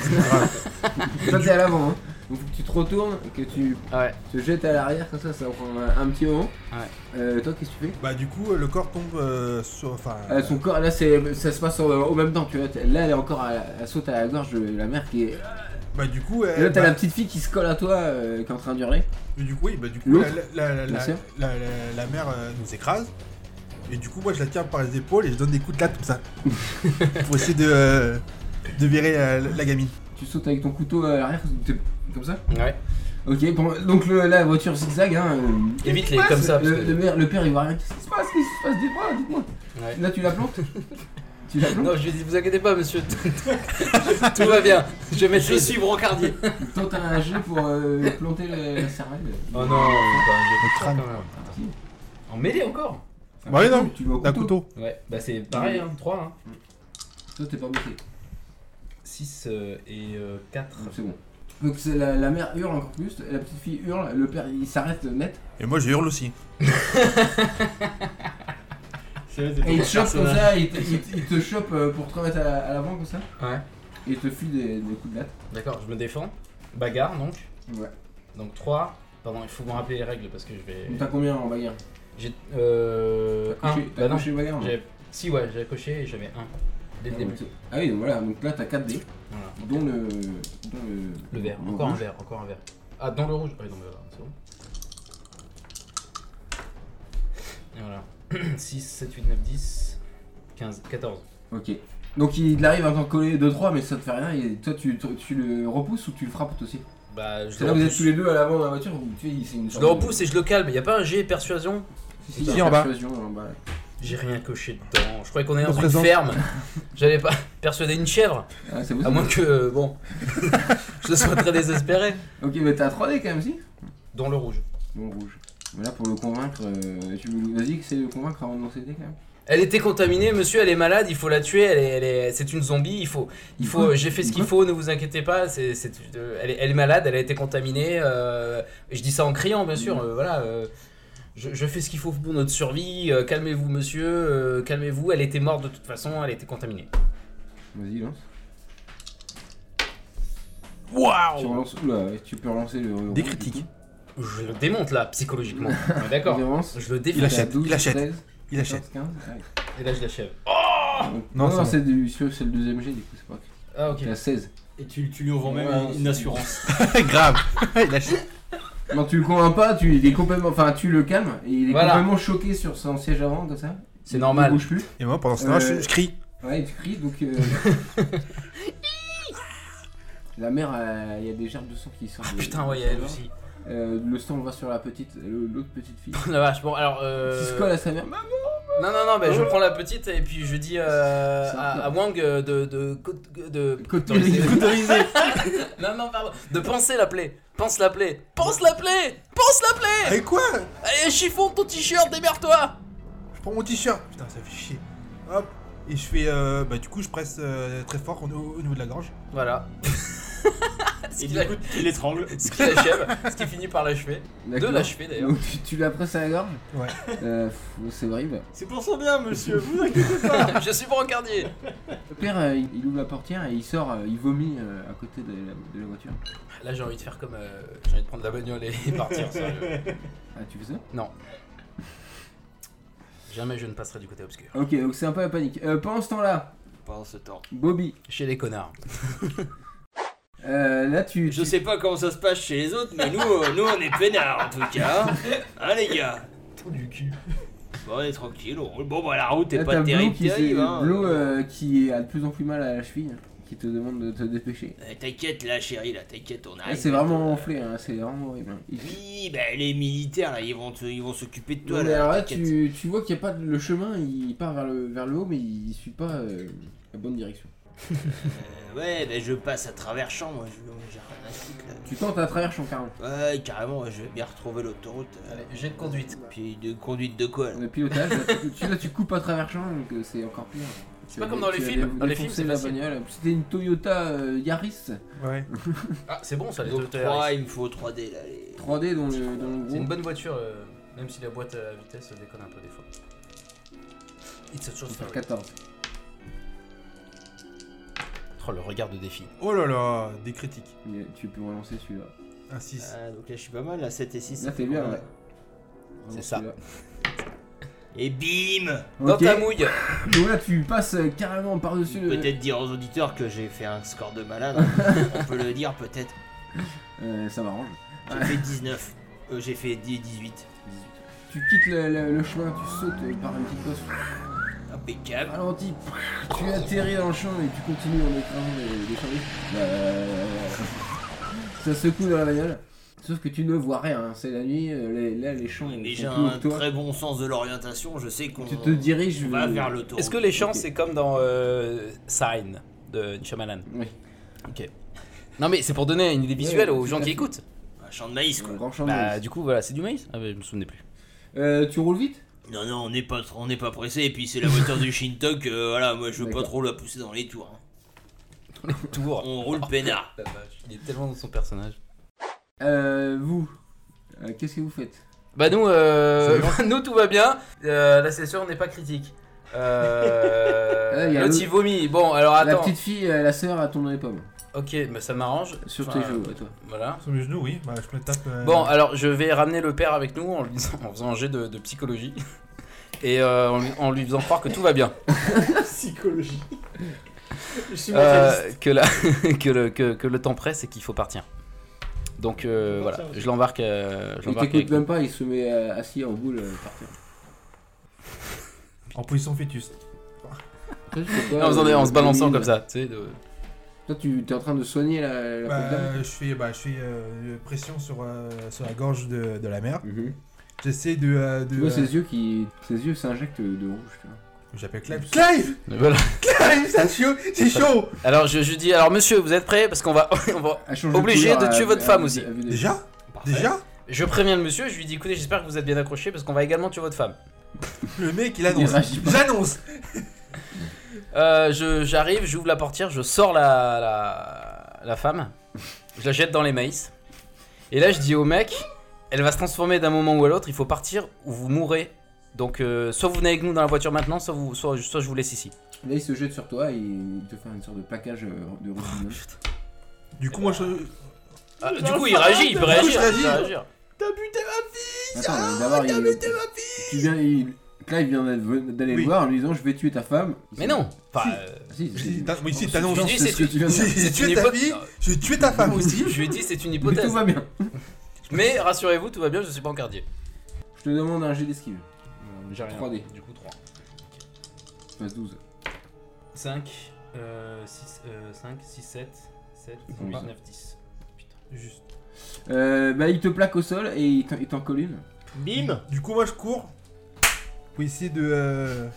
[SPEAKER 2] Toi, t'es à l'avant. Hein. Donc, faut que tu te retournes, que tu
[SPEAKER 6] Ouais.
[SPEAKER 2] te jettes à l'arrière, comme ça, ça prend un, un petit moment.
[SPEAKER 6] Ouais.
[SPEAKER 2] Euh, toi, qu'est-ce que tu fais
[SPEAKER 1] Bah, du coup, le corps tombe euh, sur. Enfin.
[SPEAKER 2] Euh, son corps, là, c'est, ça se passe en- au même temps, tu vois. Là, elle est encore, à, elle saute à la gorge de la mère qui est
[SPEAKER 1] Bah, du coup.
[SPEAKER 2] Et là,
[SPEAKER 1] elle
[SPEAKER 2] t'as la petite fille qui se colle à toi, euh, qui est en train d'hurler.
[SPEAKER 1] Et du coup, oui, bah, du coup,
[SPEAKER 2] L'autre
[SPEAKER 1] la, la, la, la,
[SPEAKER 2] La
[SPEAKER 1] la,
[SPEAKER 2] sœur
[SPEAKER 1] la- la- la mère euh, nous écrase. Et du coup, moi, je la tiens par les épaules et je donne des coups de latte comme ça. pour essayer de, euh, de virer euh, la gamine.
[SPEAKER 2] Tu sautes avec ton couteau euh, à l'arrière, t'es- comme ça
[SPEAKER 6] Ouais.
[SPEAKER 2] Ok, bon, donc le- la voiture zigzag, hein. euh,
[SPEAKER 6] Évite
[SPEAKER 2] qu'est-ce qui
[SPEAKER 6] les
[SPEAKER 2] se
[SPEAKER 6] comme
[SPEAKER 2] passe
[SPEAKER 6] ça, parce
[SPEAKER 2] Le,
[SPEAKER 6] que-
[SPEAKER 2] le père, le père, il voit rien. Qu'est-ce qui se passe Qu'est-ce qui se passe Dis-moi, dis-moi.
[SPEAKER 6] Ouais.
[SPEAKER 2] Là, tu la plantes Tu la plantes
[SPEAKER 6] Non, je lui dis, vous inquiétez pas, monsieur. Tout va bien. Je vais je suis brancardier.
[SPEAKER 2] Tente un jet pour euh, planter le- la cervelle.
[SPEAKER 6] Oh non,
[SPEAKER 1] Le crâne.
[SPEAKER 6] En mêlée encore
[SPEAKER 1] Bah, oui, non.
[SPEAKER 2] Tu vas au
[SPEAKER 1] D'un
[SPEAKER 2] couteau.
[SPEAKER 1] couteau.
[SPEAKER 6] Ouais, bah c'est pareil, hein, 3, hein.
[SPEAKER 2] Toi, t'es pas blessé.
[SPEAKER 6] 6 euh, et 4.
[SPEAKER 2] Donc, C'est bon. Donc c'est la, la mère hurle encore plus, la petite fille hurle, le père il s'arrête net.
[SPEAKER 1] Et moi, je hurle aussi.
[SPEAKER 2] Et il te chope comme ça, il te, il te- il te chope euh, pour te remettre à la- à l'avant comme ça.
[SPEAKER 6] Ouais.
[SPEAKER 2] Et il te file des, des coups de latte.
[SPEAKER 6] D'accord, je me défends. Bagarre donc.
[SPEAKER 2] Ouais.
[SPEAKER 6] Donc 3. Pardon, il faut me rappeler les règles parce que je vais.
[SPEAKER 2] Donc t'as combien en bagarre
[SPEAKER 6] J'ai. Euh.
[SPEAKER 2] T'as
[SPEAKER 6] 1.
[SPEAKER 2] coché- T'as
[SPEAKER 6] Bah non,
[SPEAKER 2] coché bagarre non
[SPEAKER 6] j'ai- Si, ouais, j'avais coché et j'avais 1. Dès le
[SPEAKER 2] Ah,
[SPEAKER 6] début.
[SPEAKER 2] donc- Ah oui, donc voilà, donc là t'as 4 dés,
[SPEAKER 6] Voilà.
[SPEAKER 2] dont le. dont le.
[SPEAKER 6] Le vert,
[SPEAKER 2] dont le
[SPEAKER 6] encore un
[SPEAKER 2] rouge.
[SPEAKER 6] vert, encore un vert. Ah, dans le rouge Ouais, dans le vert, c'est bon. Et voilà. 6, 7, 8, 9, 10, 15, 14.
[SPEAKER 2] Ok. Donc il arrive à t'en coller 2-3, mais ça te fait rien. Et toi tu, tu, tu le repousses ou tu le frappes toi aussi
[SPEAKER 6] Bah, je
[SPEAKER 2] C'est
[SPEAKER 6] le
[SPEAKER 2] là vous êtes
[SPEAKER 6] repousse.
[SPEAKER 2] tous les deux à l'avant de la voiture, vous tu sais, c'est une
[SPEAKER 6] Je
[SPEAKER 2] sorte
[SPEAKER 6] le
[SPEAKER 2] de-
[SPEAKER 6] repousse et je le calme. Y a pas un jet persuasion
[SPEAKER 2] Si,
[SPEAKER 1] Si,
[SPEAKER 2] si,
[SPEAKER 1] en bas.
[SPEAKER 2] persuasion, en bas.
[SPEAKER 6] J'ai rien coché dedans. Je croyais qu'on est
[SPEAKER 1] Bon
[SPEAKER 6] dans une
[SPEAKER 1] présent.
[SPEAKER 6] ferme. J'allais pas persuader une chèvre.
[SPEAKER 2] Ah, c'est vous
[SPEAKER 6] À moins que, euh, bon, je sois très désespéré.
[SPEAKER 2] Ok, mais t'as 3 dés quand même, si
[SPEAKER 6] Dans le rouge.
[SPEAKER 2] Bon, rouge. Mais là pour le convaincre, euh, tu veux- vas-y, essaye de le convaincre avant de lancer des dés quand même.
[SPEAKER 6] Elle était contaminée, monsieur, elle est malade, il faut la tuer, elle est, elle est- c'est une zombie, il faut, il faut,
[SPEAKER 2] Quoi
[SPEAKER 6] j'ai fait ce qu'il
[SPEAKER 2] Quoi
[SPEAKER 6] faut, ne vous inquiétez pas, c'est, c'est- euh, elle, est, elle est malade, elle a été contaminée, euh, et je dis ça en criant, bien sûr, euh, voilà, euh, je, je fais ce qu'il faut pour notre survie, euh, calmez-vous, monsieur, euh, calmez-vous, elle était morte de toute façon, elle était contaminée.
[SPEAKER 2] Vas-y, lance. Tu
[SPEAKER 6] Waouh
[SPEAKER 2] relances, oula, ouais, tu peux relancer le. le
[SPEAKER 1] Des
[SPEAKER 2] rouge, du
[SPEAKER 1] critiques.
[SPEAKER 2] coup.
[SPEAKER 6] Je le démonte là, psychologiquement, On est
[SPEAKER 2] Tu
[SPEAKER 6] d'accord,
[SPEAKER 2] relances.
[SPEAKER 6] je le défonce,
[SPEAKER 1] Il achète,
[SPEAKER 2] T'as 12,
[SPEAKER 1] il achète,
[SPEAKER 2] 13,
[SPEAKER 1] Il achète.
[SPEAKER 2] 14, 15, ouais.
[SPEAKER 6] et là je l'achève.
[SPEAKER 2] Donc-
[SPEAKER 1] Non,
[SPEAKER 2] Non,
[SPEAKER 1] c'est
[SPEAKER 2] non,
[SPEAKER 1] bon.
[SPEAKER 2] c'est du- sur- c'est le deuxième G, du coup, c'est pas grave.
[SPEAKER 6] Ah Oh. ok,
[SPEAKER 2] Il a 16.
[SPEAKER 4] Et tu, tu lui revends même
[SPEAKER 2] Ouais,
[SPEAKER 4] une, une assurance.
[SPEAKER 1] Grave. Il achète.
[SPEAKER 2] Non, tu le convaincs pas, tu, il est complètement. Enfin, tu le calmes, et il est
[SPEAKER 6] Voilà.
[SPEAKER 2] complètement choqué sur son siège avant, comme ça.
[SPEAKER 6] c'est
[SPEAKER 2] Il
[SPEAKER 6] normal.
[SPEAKER 2] ne bouge plus.
[SPEAKER 1] Et moi, pendant ce temps-là, je,
[SPEAKER 2] Euh,
[SPEAKER 1] je crie.
[SPEAKER 2] Ouais, tu cries, donc. euh, La mère, euh, il y a des gerbes de sang qui sortent. de-
[SPEAKER 6] Ah, Putain, ouais,
[SPEAKER 2] de
[SPEAKER 6] elle
[SPEAKER 2] son
[SPEAKER 6] aussi.
[SPEAKER 2] corps. Euh, le sang va sur la petite, le- l'autre petite fille.
[SPEAKER 6] La vache, bon alors...
[SPEAKER 2] Qui se
[SPEAKER 6] Euh...
[SPEAKER 2] colle à sa mère. Maman
[SPEAKER 6] Non, non, non, mais je prends la petite et puis je dis euh,
[SPEAKER 2] C'est
[SPEAKER 6] à,
[SPEAKER 2] un peu.
[SPEAKER 6] à Wang euh, de. de, co- de,
[SPEAKER 2] Cotoriser.
[SPEAKER 6] non, non, pardon. De penser l'appeler. Pense l'appeler. Pense l'appeler. Pense l'appeler.
[SPEAKER 1] Et Eh, quoi
[SPEAKER 6] Allez, chiffon ton t-shirt, démerde-toi.
[SPEAKER 1] Je prends mon t-shirt. Putain, ça fait chier. Hop. Et je fais. euh, bah, du coup, je presse euh, très fort au, au niveau de la gorge.
[SPEAKER 6] Voilà. ce
[SPEAKER 4] Et
[SPEAKER 6] qui
[SPEAKER 4] du coup, il l'étrangle.
[SPEAKER 6] ce qui l'achève, ce qui finit par l'achever. De
[SPEAKER 2] D'accord.
[SPEAKER 6] l'achever d'ailleurs.
[SPEAKER 2] Donc tu, tu la presses à la gorge
[SPEAKER 1] Ouais.
[SPEAKER 2] Euh, pff, c'est horrible.
[SPEAKER 4] C'est pour son bien, monsieur, vous inquiétez
[SPEAKER 6] je suis brancardier.
[SPEAKER 2] Le père, euh, il il ouvre la portière et il sort, euh, il vomit euh, à côté de la, de la voiture.
[SPEAKER 6] Là, j'ai envie de faire comme. euh, j'ai envie de prendre la bagnole et partir. sérieux.
[SPEAKER 2] Ah, tu fais ça
[SPEAKER 6] Jamais je ne passerai du côté obscur.
[SPEAKER 2] Ok, donc c'est un peu la panique. Euh, pendant ce temps-là,
[SPEAKER 4] pendant ce temps.
[SPEAKER 2] Bobby.
[SPEAKER 6] Chez les connards.
[SPEAKER 2] Euh, là, tu.
[SPEAKER 4] Je sais pas comment ça se passe chez les autres, mais nous, euh, nous on est peinards en tout cas. Hein les gars
[SPEAKER 6] Tout du cul.
[SPEAKER 4] Bon, on est tranquille, on roule. Bon, bah la route est
[SPEAKER 2] Là,
[SPEAKER 4] pas
[SPEAKER 2] t'as Blue
[SPEAKER 4] terrible
[SPEAKER 2] qui,
[SPEAKER 4] qui
[SPEAKER 2] s'est-
[SPEAKER 4] arrive. hein.
[SPEAKER 2] Blue, euh, qui a de plus en plus mal à la cheville, qui te demande de te dépêcher.
[SPEAKER 4] Euh, t'inquiète là, chérie, là, t'inquiète, on
[SPEAKER 2] Là,
[SPEAKER 4] arrive.
[SPEAKER 2] Ah, c'est vraiment enflé, hein, c'est vraiment horrible. hein. Il-
[SPEAKER 4] Oui, bah les militaires là, ils vont te- ils vont s'occuper de toi
[SPEAKER 2] Non, mais
[SPEAKER 4] là.
[SPEAKER 2] alors là,
[SPEAKER 4] t'inquiète.
[SPEAKER 2] tu, tu vois qu'il n'y a pas de- le chemin, il part vers le, vers le haut, mais il suit pas euh, la bonne direction.
[SPEAKER 4] Euh, ouais, bah je passe à travers champ, moi, je- j'ai rien à foutre là.
[SPEAKER 2] Tu tentes à travers son carrément.
[SPEAKER 4] Ouais, carrément, ouais, je vais bien retrouver l'autoroute. euh,
[SPEAKER 6] Allez, j'ai de conduite.
[SPEAKER 4] Puis de conduite de quoi là
[SPEAKER 2] Le pilotage, là, tu, tu- là, tu coupes à travers champ, donc euh, c'est encore pire. C'est
[SPEAKER 6] pas comme dans les films. Dans les films, c'est facile.
[SPEAKER 2] C'était une Toyota euh, Yaris
[SPEAKER 1] Ouais.
[SPEAKER 6] Ah, c'est bon ça, les
[SPEAKER 4] Donc
[SPEAKER 6] deux
[SPEAKER 4] 3, il me faut 3D là. les-
[SPEAKER 2] 3D dont le, dont le
[SPEAKER 6] C'est une
[SPEAKER 2] gros.
[SPEAKER 6] bonne voiture, euh, même si la boîte à vitesse déconne un peu des fois. It's a chose
[SPEAKER 2] Faire 14.
[SPEAKER 6] Oh, le regard de défi.
[SPEAKER 1] Oh là là, des critiques.
[SPEAKER 2] Mais tu peux relancer celui-là.
[SPEAKER 1] Un 6.
[SPEAKER 4] Ah, donc là, je suis pas mal là, 7 et 6.
[SPEAKER 2] Là, t'es bien, ouais.
[SPEAKER 6] C'est
[SPEAKER 2] Relance
[SPEAKER 6] ça.
[SPEAKER 2] celui-là.
[SPEAKER 4] Et bim
[SPEAKER 6] Dans ta
[SPEAKER 2] Ok,
[SPEAKER 6] mouille
[SPEAKER 2] donc là, tu passes euh, carrément par-dessus le.
[SPEAKER 4] Peut-être dire aux auditeurs que j'ai fait un score de malade. On peut le dire peut-être.
[SPEAKER 2] Euh, ça m'arrange.
[SPEAKER 4] J'ai fait 19. Euh, j'ai fait 10, 18.
[SPEAKER 2] Tu quittes le, le- le chemin, tu sautes euh, par une petite poste.
[SPEAKER 4] Impeccable.
[SPEAKER 2] Ralentis, tu atterris dans le champ et tu continues en écrasant les, les charrues. Euh, ça secoue dans la bagnole. Sauf que tu ne vois rien, hein. c'est la nuit, euh, les- là les champs
[SPEAKER 4] Mais
[SPEAKER 2] ils
[SPEAKER 4] j'ai
[SPEAKER 2] sont plus hauts
[SPEAKER 4] un
[SPEAKER 2] que toi.
[SPEAKER 4] très bon sens de l'orientation. Je sais qu'on
[SPEAKER 2] Tu te diriges
[SPEAKER 4] on va
[SPEAKER 2] euh,
[SPEAKER 4] vers l'autoroute.
[SPEAKER 6] Est-ce que les champs
[SPEAKER 2] Ok.
[SPEAKER 6] c'est comme dans euh, Sign de Shyamalan
[SPEAKER 2] Oui,
[SPEAKER 6] Non mais c'est pour donner une idée visuelle
[SPEAKER 2] ouais,
[SPEAKER 6] aux
[SPEAKER 2] tout
[SPEAKER 6] gens
[SPEAKER 2] à
[SPEAKER 6] qui
[SPEAKER 2] fait.
[SPEAKER 6] écoutent.
[SPEAKER 4] Un champ de maïs
[SPEAKER 2] un
[SPEAKER 4] quoi.
[SPEAKER 2] grand champ de
[SPEAKER 6] Bah
[SPEAKER 2] maïs.
[SPEAKER 6] du coup voilà, c'est du maïs Ah bah, je me souvenais plus.
[SPEAKER 2] Euh, tu roules vite
[SPEAKER 4] Non, non, on n'est pas, on n'est pas pressé. Et puis c'est la voiture du Shintok. euh, voilà, moi je veux pas
[SPEAKER 2] D'accord.
[SPEAKER 4] trop la pousser dans les tours. hein.
[SPEAKER 6] Tour.
[SPEAKER 4] On roule peinard.
[SPEAKER 6] Il est tellement dans son personnage.
[SPEAKER 2] Euh, vous, euh, qu'est-ce que vous faites
[SPEAKER 6] Bah nous, euh, nous tout va bien. Euh, la session n'est pas critique.
[SPEAKER 2] Ah,
[SPEAKER 6] Euh,
[SPEAKER 2] il y a
[SPEAKER 6] L'autre
[SPEAKER 2] le-
[SPEAKER 6] il vomit. Bon alors
[SPEAKER 2] La
[SPEAKER 6] attends.
[SPEAKER 2] petite fille, euh, la sœur, a tourné les pommes.
[SPEAKER 6] Ok, bah ça m'arrange.
[SPEAKER 2] Sur
[SPEAKER 6] Enfin,
[SPEAKER 2] tes jeux, ouais, toi.
[SPEAKER 6] Voilà.
[SPEAKER 1] Sur mes genoux, oui. Bah, je me tape. euh,
[SPEAKER 6] Bon alors je vais ramener le père avec nous en, lui disant- en faisant un jet de, de psychologie. Et euh, en, lui, en lui faisant croire que tout va bien.
[SPEAKER 10] Psychologie. Je suis mentaliste.
[SPEAKER 6] Euh, que, la, que, le, que, que le temps presse et qu'il faut partir. Donc euh,
[SPEAKER 10] Faut
[SPEAKER 6] voilà,
[SPEAKER 10] partir,
[SPEAKER 6] je l'embarque. euh, je
[SPEAKER 2] Il
[SPEAKER 6] l'embarque
[SPEAKER 2] t'écoute
[SPEAKER 6] avec
[SPEAKER 2] même pas, il se met euh, assis en boule euh, par terre.
[SPEAKER 1] En position fœtus.
[SPEAKER 2] Toi, tu fais quoi,
[SPEAKER 6] nous. Non, en faisant des-
[SPEAKER 2] euh,
[SPEAKER 6] en se balançant
[SPEAKER 2] Emile
[SPEAKER 6] comme ça. Tu sais, de-
[SPEAKER 2] Toi, tu es en train de soigner la, la pauvre dame
[SPEAKER 1] Bah, je fais, bah, je fais euh, pression sur, euh, sur la gorge de, de la mère.
[SPEAKER 2] Mhm.
[SPEAKER 1] J'essaie de. euh,
[SPEAKER 2] Tu
[SPEAKER 1] de
[SPEAKER 2] vois
[SPEAKER 1] euh,
[SPEAKER 2] ses yeux qui. Ses yeux s'injectent de rouge, tu vois.
[SPEAKER 1] J'appelle Clive. Clive
[SPEAKER 6] Voilà.
[SPEAKER 1] Clive, c'est chaud C'est chaud
[SPEAKER 6] Alors je, je dis, alors monsieur, vous êtes prêt Parce qu'on va, on va,
[SPEAKER 2] Elle change
[SPEAKER 6] Obligé
[SPEAKER 2] couleur
[SPEAKER 6] de tuer votre femme
[SPEAKER 2] vue-
[SPEAKER 6] aussi.
[SPEAKER 2] vue des-
[SPEAKER 1] Déjà Déjà
[SPEAKER 6] Je préviens le monsieur, je lui dis écoutez, j'espère que vous êtes bien accroché parce qu'on va également tuer votre femme.
[SPEAKER 1] Le mec, il
[SPEAKER 2] Il
[SPEAKER 1] annonce.
[SPEAKER 2] réagit pas.
[SPEAKER 1] J'annonce
[SPEAKER 6] Euh, je- J'arrive, j'ouvre la portière, je sors la, la, la femme, je la jette dans les maïs. Et là, je dis au mec elle va se transformer d'un moment ou à l'autre, il faut partir ou vous mourrez. Donc, euh, soit vous venez avec nous dans la voiture maintenant, soit, vous, soit, soit je vous laisse ici.
[SPEAKER 2] Là, il se jette sur toi et il te fait une sorte de plaquage euh, de
[SPEAKER 1] Ah,
[SPEAKER 2] routine.
[SPEAKER 1] Du coup, moi, je.
[SPEAKER 6] Ah, du coup, il réagit, il peut
[SPEAKER 1] Du coup, je
[SPEAKER 6] réagir.
[SPEAKER 1] réagis.
[SPEAKER 6] il peut réagir.
[SPEAKER 2] Attends, mais d'abord, il. Tu viens, il... Clive vient d'être- d'aller le
[SPEAKER 1] Oui.
[SPEAKER 2] voir en lui disant Je vais tuer ta femme.
[SPEAKER 6] Mais non Enfin,
[SPEAKER 1] Si.
[SPEAKER 6] euh,
[SPEAKER 2] ah, Si,
[SPEAKER 1] Je dis, t'as- oui, si,
[SPEAKER 2] c'est-
[SPEAKER 1] t'annonces.
[SPEAKER 2] c'est
[SPEAKER 6] Je dis,
[SPEAKER 2] ce que
[SPEAKER 6] c'est-
[SPEAKER 2] tu viens de dire.
[SPEAKER 1] J'ai
[SPEAKER 6] c'est une
[SPEAKER 1] tué ta
[SPEAKER 6] hypothèse.
[SPEAKER 1] vie, je tué ta femme aussi.
[SPEAKER 6] je lui ai dit, c'est une
[SPEAKER 2] Mais
[SPEAKER 6] hypothèse.
[SPEAKER 2] tout va bien.
[SPEAKER 6] Mais rassurez-vous, tout va bien, je suis pas encardé.
[SPEAKER 2] Je te demande un jet d'esquive.
[SPEAKER 6] J'ai rien.
[SPEAKER 2] 3D.
[SPEAKER 6] Du coup, 3.
[SPEAKER 2] Je passe 12.
[SPEAKER 6] 5, 6, 5, 6, 7, 7,
[SPEAKER 2] Combien
[SPEAKER 6] 8, 9, 10. Putain.
[SPEAKER 1] Juste.
[SPEAKER 2] Euh, bah, il te plaque au sol et il t'en- il t'en colle une.
[SPEAKER 4] Bim
[SPEAKER 1] Du coup, moi, je cours pour essayer de, euh,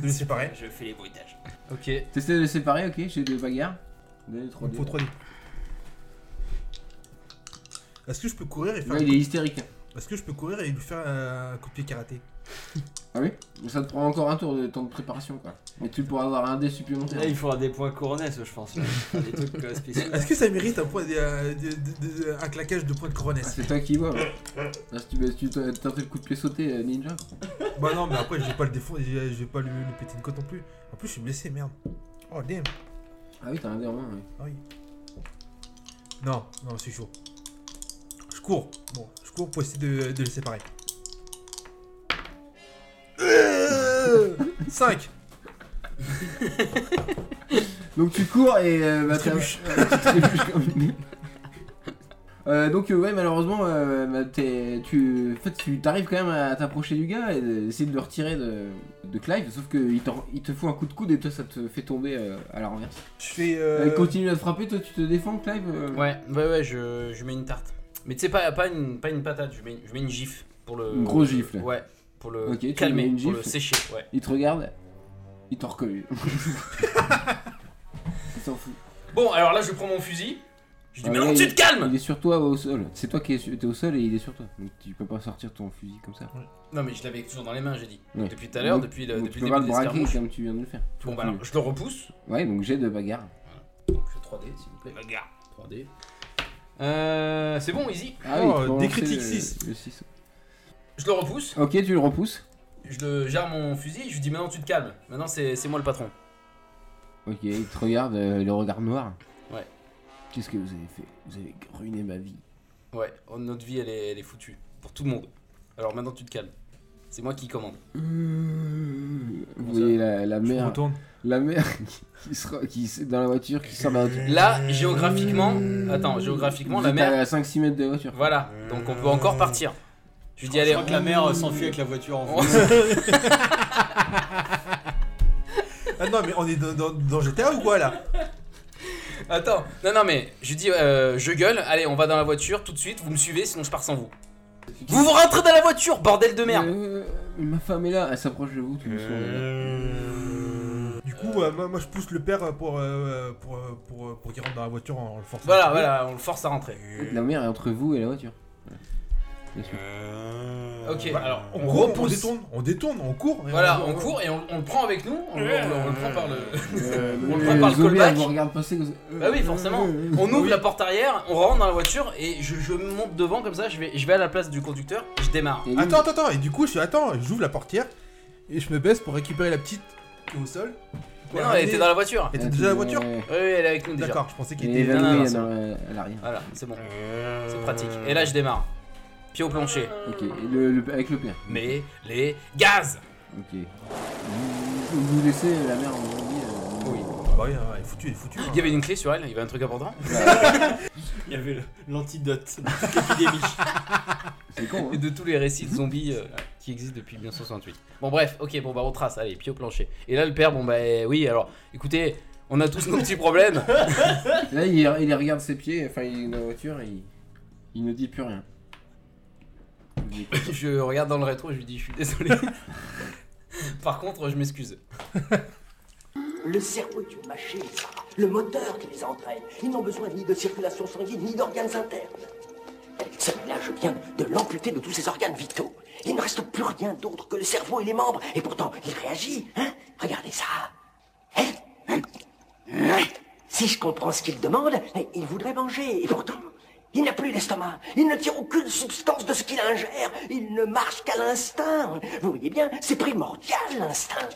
[SPEAKER 1] de les séparer.
[SPEAKER 4] Je fais les bruitages.
[SPEAKER 6] Ok.
[SPEAKER 2] T'essaies de les séparer, ok J'ai des bagarres. Donnez
[SPEAKER 1] Il
[SPEAKER 2] 3
[SPEAKER 1] me faut 3 Est-ce que je peux courir et faire
[SPEAKER 2] Là,
[SPEAKER 1] un
[SPEAKER 2] il est hystérique.
[SPEAKER 1] coup- Est-ce que je peux courir et lui faire euh, un coup de pied karaté
[SPEAKER 2] Ah oui Mais Ça te prend encore un tour de temps de préparation quoi. Mais tu pourras avoir un dé supplémentaire.
[SPEAKER 4] Là, il faudra des points coronets, je pense. là. Des trucs euh, spéciaux.
[SPEAKER 1] Est-ce que ça mérite un, point de- euh, de- de- de- un claquage de points de
[SPEAKER 2] Ah,
[SPEAKER 1] coronesse
[SPEAKER 2] c'est toi qui vois. ouais. Là, si tu bah, si tu t'as tenté le coup de pied sauté euh, ninja.
[SPEAKER 1] Bah non, mais après, je vais pas le défendre, je vais je vais pas le, le péter une côte non plus. En plus, je suis blessé, merde. Oh, damn.
[SPEAKER 2] Ah oui, t'as un dé en main. ouais.
[SPEAKER 1] Ah oui. Non, non, c'est chaud. Je cours. Bon, je cours pour essayer de, de les séparer. Euh. 5
[SPEAKER 2] Donc tu cours et euh, bah, t'as- Ouais, tu trébuches comme une mule. Euh, donc euh, ouais malheureusement euh, bah, t'es- tu en fait, tu t'arrives quand même à t'approcher du gars et essayer de le retirer de, de Clive sauf que il, t'en- il te fout un coup de coude et toi ça te fait tomber euh, à la renverse.
[SPEAKER 1] Je fais.
[SPEAKER 2] Euh,
[SPEAKER 1] euh,
[SPEAKER 2] Il continue à te frapper toi tu te défends Clive euh
[SPEAKER 6] Ouais, ouais, ouais, je, je mets une tarte. Mais tu sais, pas, pas, une, pas une patate, je mets, je mets une gifle pour le.
[SPEAKER 2] Une grosse gifle.
[SPEAKER 6] Ouais, pour le
[SPEAKER 2] Ok, tu
[SPEAKER 6] calmer,
[SPEAKER 2] mets une
[SPEAKER 6] pour le
[SPEAKER 2] gifle.
[SPEAKER 6] sécher, ouais.
[SPEAKER 2] Il te regarde, il t'en recolle. il s'en fout.
[SPEAKER 6] Bon, alors là, je prends mon fusil. Je dis,
[SPEAKER 2] Ah,
[SPEAKER 6] mais
[SPEAKER 2] là,
[SPEAKER 6] non,
[SPEAKER 2] il-
[SPEAKER 6] tu te calmes
[SPEAKER 2] Il est sur toi au sol. C'est toi qui es t'es au sol et il est sur toi. Donc tu peux pas sortir ton fusil comme ça.
[SPEAKER 6] Non, mais je l'avais toujours dans les mains, j'ai dit.
[SPEAKER 2] Ouais.
[SPEAKER 6] Depuis tout à l'heure,
[SPEAKER 2] Donc-
[SPEAKER 6] depuis le,
[SPEAKER 2] donc
[SPEAKER 6] depuis
[SPEAKER 2] tu
[SPEAKER 6] le
[SPEAKER 2] peux pas le
[SPEAKER 6] début de
[SPEAKER 2] braquer
[SPEAKER 6] l'escarmouche.
[SPEAKER 2] comme tu viens de le faire. Tu
[SPEAKER 6] Bon,
[SPEAKER 2] peux
[SPEAKER 6] bah
[SPEAKER 2] plus.
[SPEAKER 6] alors, je le repousse.
[SPEAKER 2] Ouais, donc j'ai de bagarre.
[SPEAKER 6] Donc, je 3D, s'il vous plaît.
[SPEAKER 4] Regarde.
[SPEAKER 6] 3D. Euh, c'est bon, easy.
[SPEAKER 1] Oh,
[SPEAKER 2] Ah il te
[SPEAKER 1] des
[SPEAKER 2] relancer
[SPEAKER 1] critiques
[SPEAKER 2] le-
[SPEAKER 1] six.
[SPEAKER 2] le six.
[SPEAKER 6] Je le repousse,
[SPEAKER 2] Ok, tu le repousses.
[SPEAKER 6] je le gère mon fusil, je lui dis, maintenant, tu te calmes. Maintenant, c'est c'est moi le patron.
[SPEAKER 2] Ok, il te regarde, euh, le regard noir.
[SPEAKER 6] Ouais.
[SPEAKER 2] Qu'est-ce que vous avez fait Vous avez ruiné ma vie.
[SPEAKER 6] Ouais, oh, notre vie, elle est, elle est foutue. Pour tout le monde. Alors maintenant, tu te calmes. C'est moi qui commande.
[SPEAKER 2] Vous
[SPEAKER 6] Euh, Comment
[SPEAKER 2] voyez la, la
[SPEAKER 1] Je me
[SPEAKER 2] mère,
[SPEAKER 1] retourne.
[SPEAKER 2] la mère qui, sera, qui est dans la voiture, qui sort de la voiture.
[SPEAKER 6] Là, géographiquement. Attends, géographiquement,
[SPEAKER 2] Vous
[SPEAKER 6] la
[SPEAKER 2] êtes
[SPEAKER 6] mer.
[SPEAKER 2] à 5-6 mètres de la voiture.
[SPEAKER 6] Voilà, donc on peut encore partir. Je lui dis,
[SPEAKER 10] Je
[SPEAKER 6] allez,
[SPEAKER 10] crois que la
[SPEAKER 6] on-
[SPEAKER 10] mère euh, s'enfuit avec la voiture en
[SPEAKER 6] on-
[SPEAKER 10] fait.
[SPEAKER 1] Ah non, mais on est dans, dans- dans GTA ou quoi là
[SPEAKER 6] Attends, non, non, mais je lui dis, euh, je gueule, allez, on va dans la voiture tout de suite, vous me suivez, sinon je pars sans vous. Vous vous rentrez dans la voiture, bordel de merde!
[SPEAKER 2] Euh, mais ma femme est là, elle s'approche de vous tout doucement.
[SPEAKER 1] Euh. Du coup, euh, moi, moi, je pousse le père pour, euh, pour, euh, pour, euh, pour qu'il rentre dans la voiture en le forçant.
[SPEAKER 6] Voilà, voilà, on le force à rentrer.
[SPEAKER 2] La mère est entre vous et la voiture.
[SPEAKER 6] Ok,
[SPEAKER 1] Bah,
[SPEAKER 6] alors on
[SPEAKER 1] On court, on
[SPEAKER 6] repousse.
[SPEAKER 1] détourne, on détourne, on court. et
[SPEAKER 6] Voilà, on court et on, on le prend avec nous, on, le- on le- on le prend par le. on le prend
[SPEAKER 2] Euh,
[SPEAKER 6] par le
[SPEAKER 2] Zobé,
[SPEAKER 6] callback.
[SPEAKER 2] elle vous regarde passer comme ça. Euh,
[SPEAKER 6] Bah oui, forcément. On ouvre la porte arrière, on rentre dans la voiture et je, je monte devant comme ça, je vais, je vais à la place du conducteur, je démarre.
[SPEAKER 2] Et lui,
[SPEAKER 1] Attends, attends, attends. Et du coup, je suis attends, j'ouvre la portière et je me baisse pour récupérer la petite qui est au sol.
[SPEAKER 6] Mais non, elle était dans la voiture.
[SPEAKER 1] Elle
[SPEAKER 2] elle
[SPEAKER 1] était
[SPEAKER 2] dit,
[SPEAKER 1] déjà dans la
[SPEAKER 2] ouais,
[SPEAKER 1] voiture
[SPEAKER 2] ouais.
[SPEAKER 6] Oui, oui, elle est avec nous déjà.
[SPEAKER 1] D'accord, je pensais
[SPEAKER 2] Euh, Elle
[SPEAKER 1] qu'il
[SPEAKER 2] est
[SPEAKER 1] était.
[SPEAKER 6] Non,
[SPEAKER 2] évanouie,
[SPEAKER 6] non, non,
[SPEAKER 2] elle est
[SPEAKER 6] c'est
[SPEAKER 2] dans la- à l'arrière.
[SPEAKER 6] Voilà, c'est bon. C'est pratique. Et là, je démarre. Pied au plancher.
[SPEAKER 2] Ok, et le- le- avec le père.
[SPEAKER 6] Mais les gaz
[SPEAKER 2] Ok. Vous, vous laissez la mère en vie. euh,
[SPEAKER 6] Oui.
[SPEAKER 1] Ah Bah oui, hein, elle est foutue, elle est foutue. hein.
[SPEAKER 6] Il y avait une clé sur elle, il y avait un truc important.
[SPEAKER 10] Il y avait le- l'antidote de toute l'épidémie.
[SPEAKER 2] C'est con,
[SPEAKER 6] Et
[SPEAKER 2] hein.
[SPEAKER 6] de tous les récits de zombies euh, qui existent depuis 1968. Bon, bref, ok, bon, bah, on trace. Allez, pied au plancher. Et là, le père, bon, bah, euh, oui, alors, écoutez, on a tous nos petits problèmes.
[SPEAKER 2] Là, il, il regarde ses pieds, enfin, il est dans la voiture et il, il ne dit plus rien. Il dit-
[SPEAKER 6] Je regarde dans le rétro, je lui dis, je suis désolé. Par contre, je m'excuse.
[SPEAKER 11] Le cerveau est une machine, le moteur qui les entraîne. Ils n'ont besoin ni de circulation sanguine, ni d'organes internes. Celui-là, je viens de l'amputer de tous ses organes vitaux. Il ne reste plus rien d'autre que le cerveau et les membres. Et pourtant, il réagit. Hein Regardez ça. Hein Hein Hein Si je comprends ce qu'il demande, il voudrait manger. Et pourtant, il n'a plus d'estomac. Il ne tire aucune substance de ce qu'il ingère. Il ne marche qu'à l'instinct. Vous voyez bien, c'est primordial l'instinct.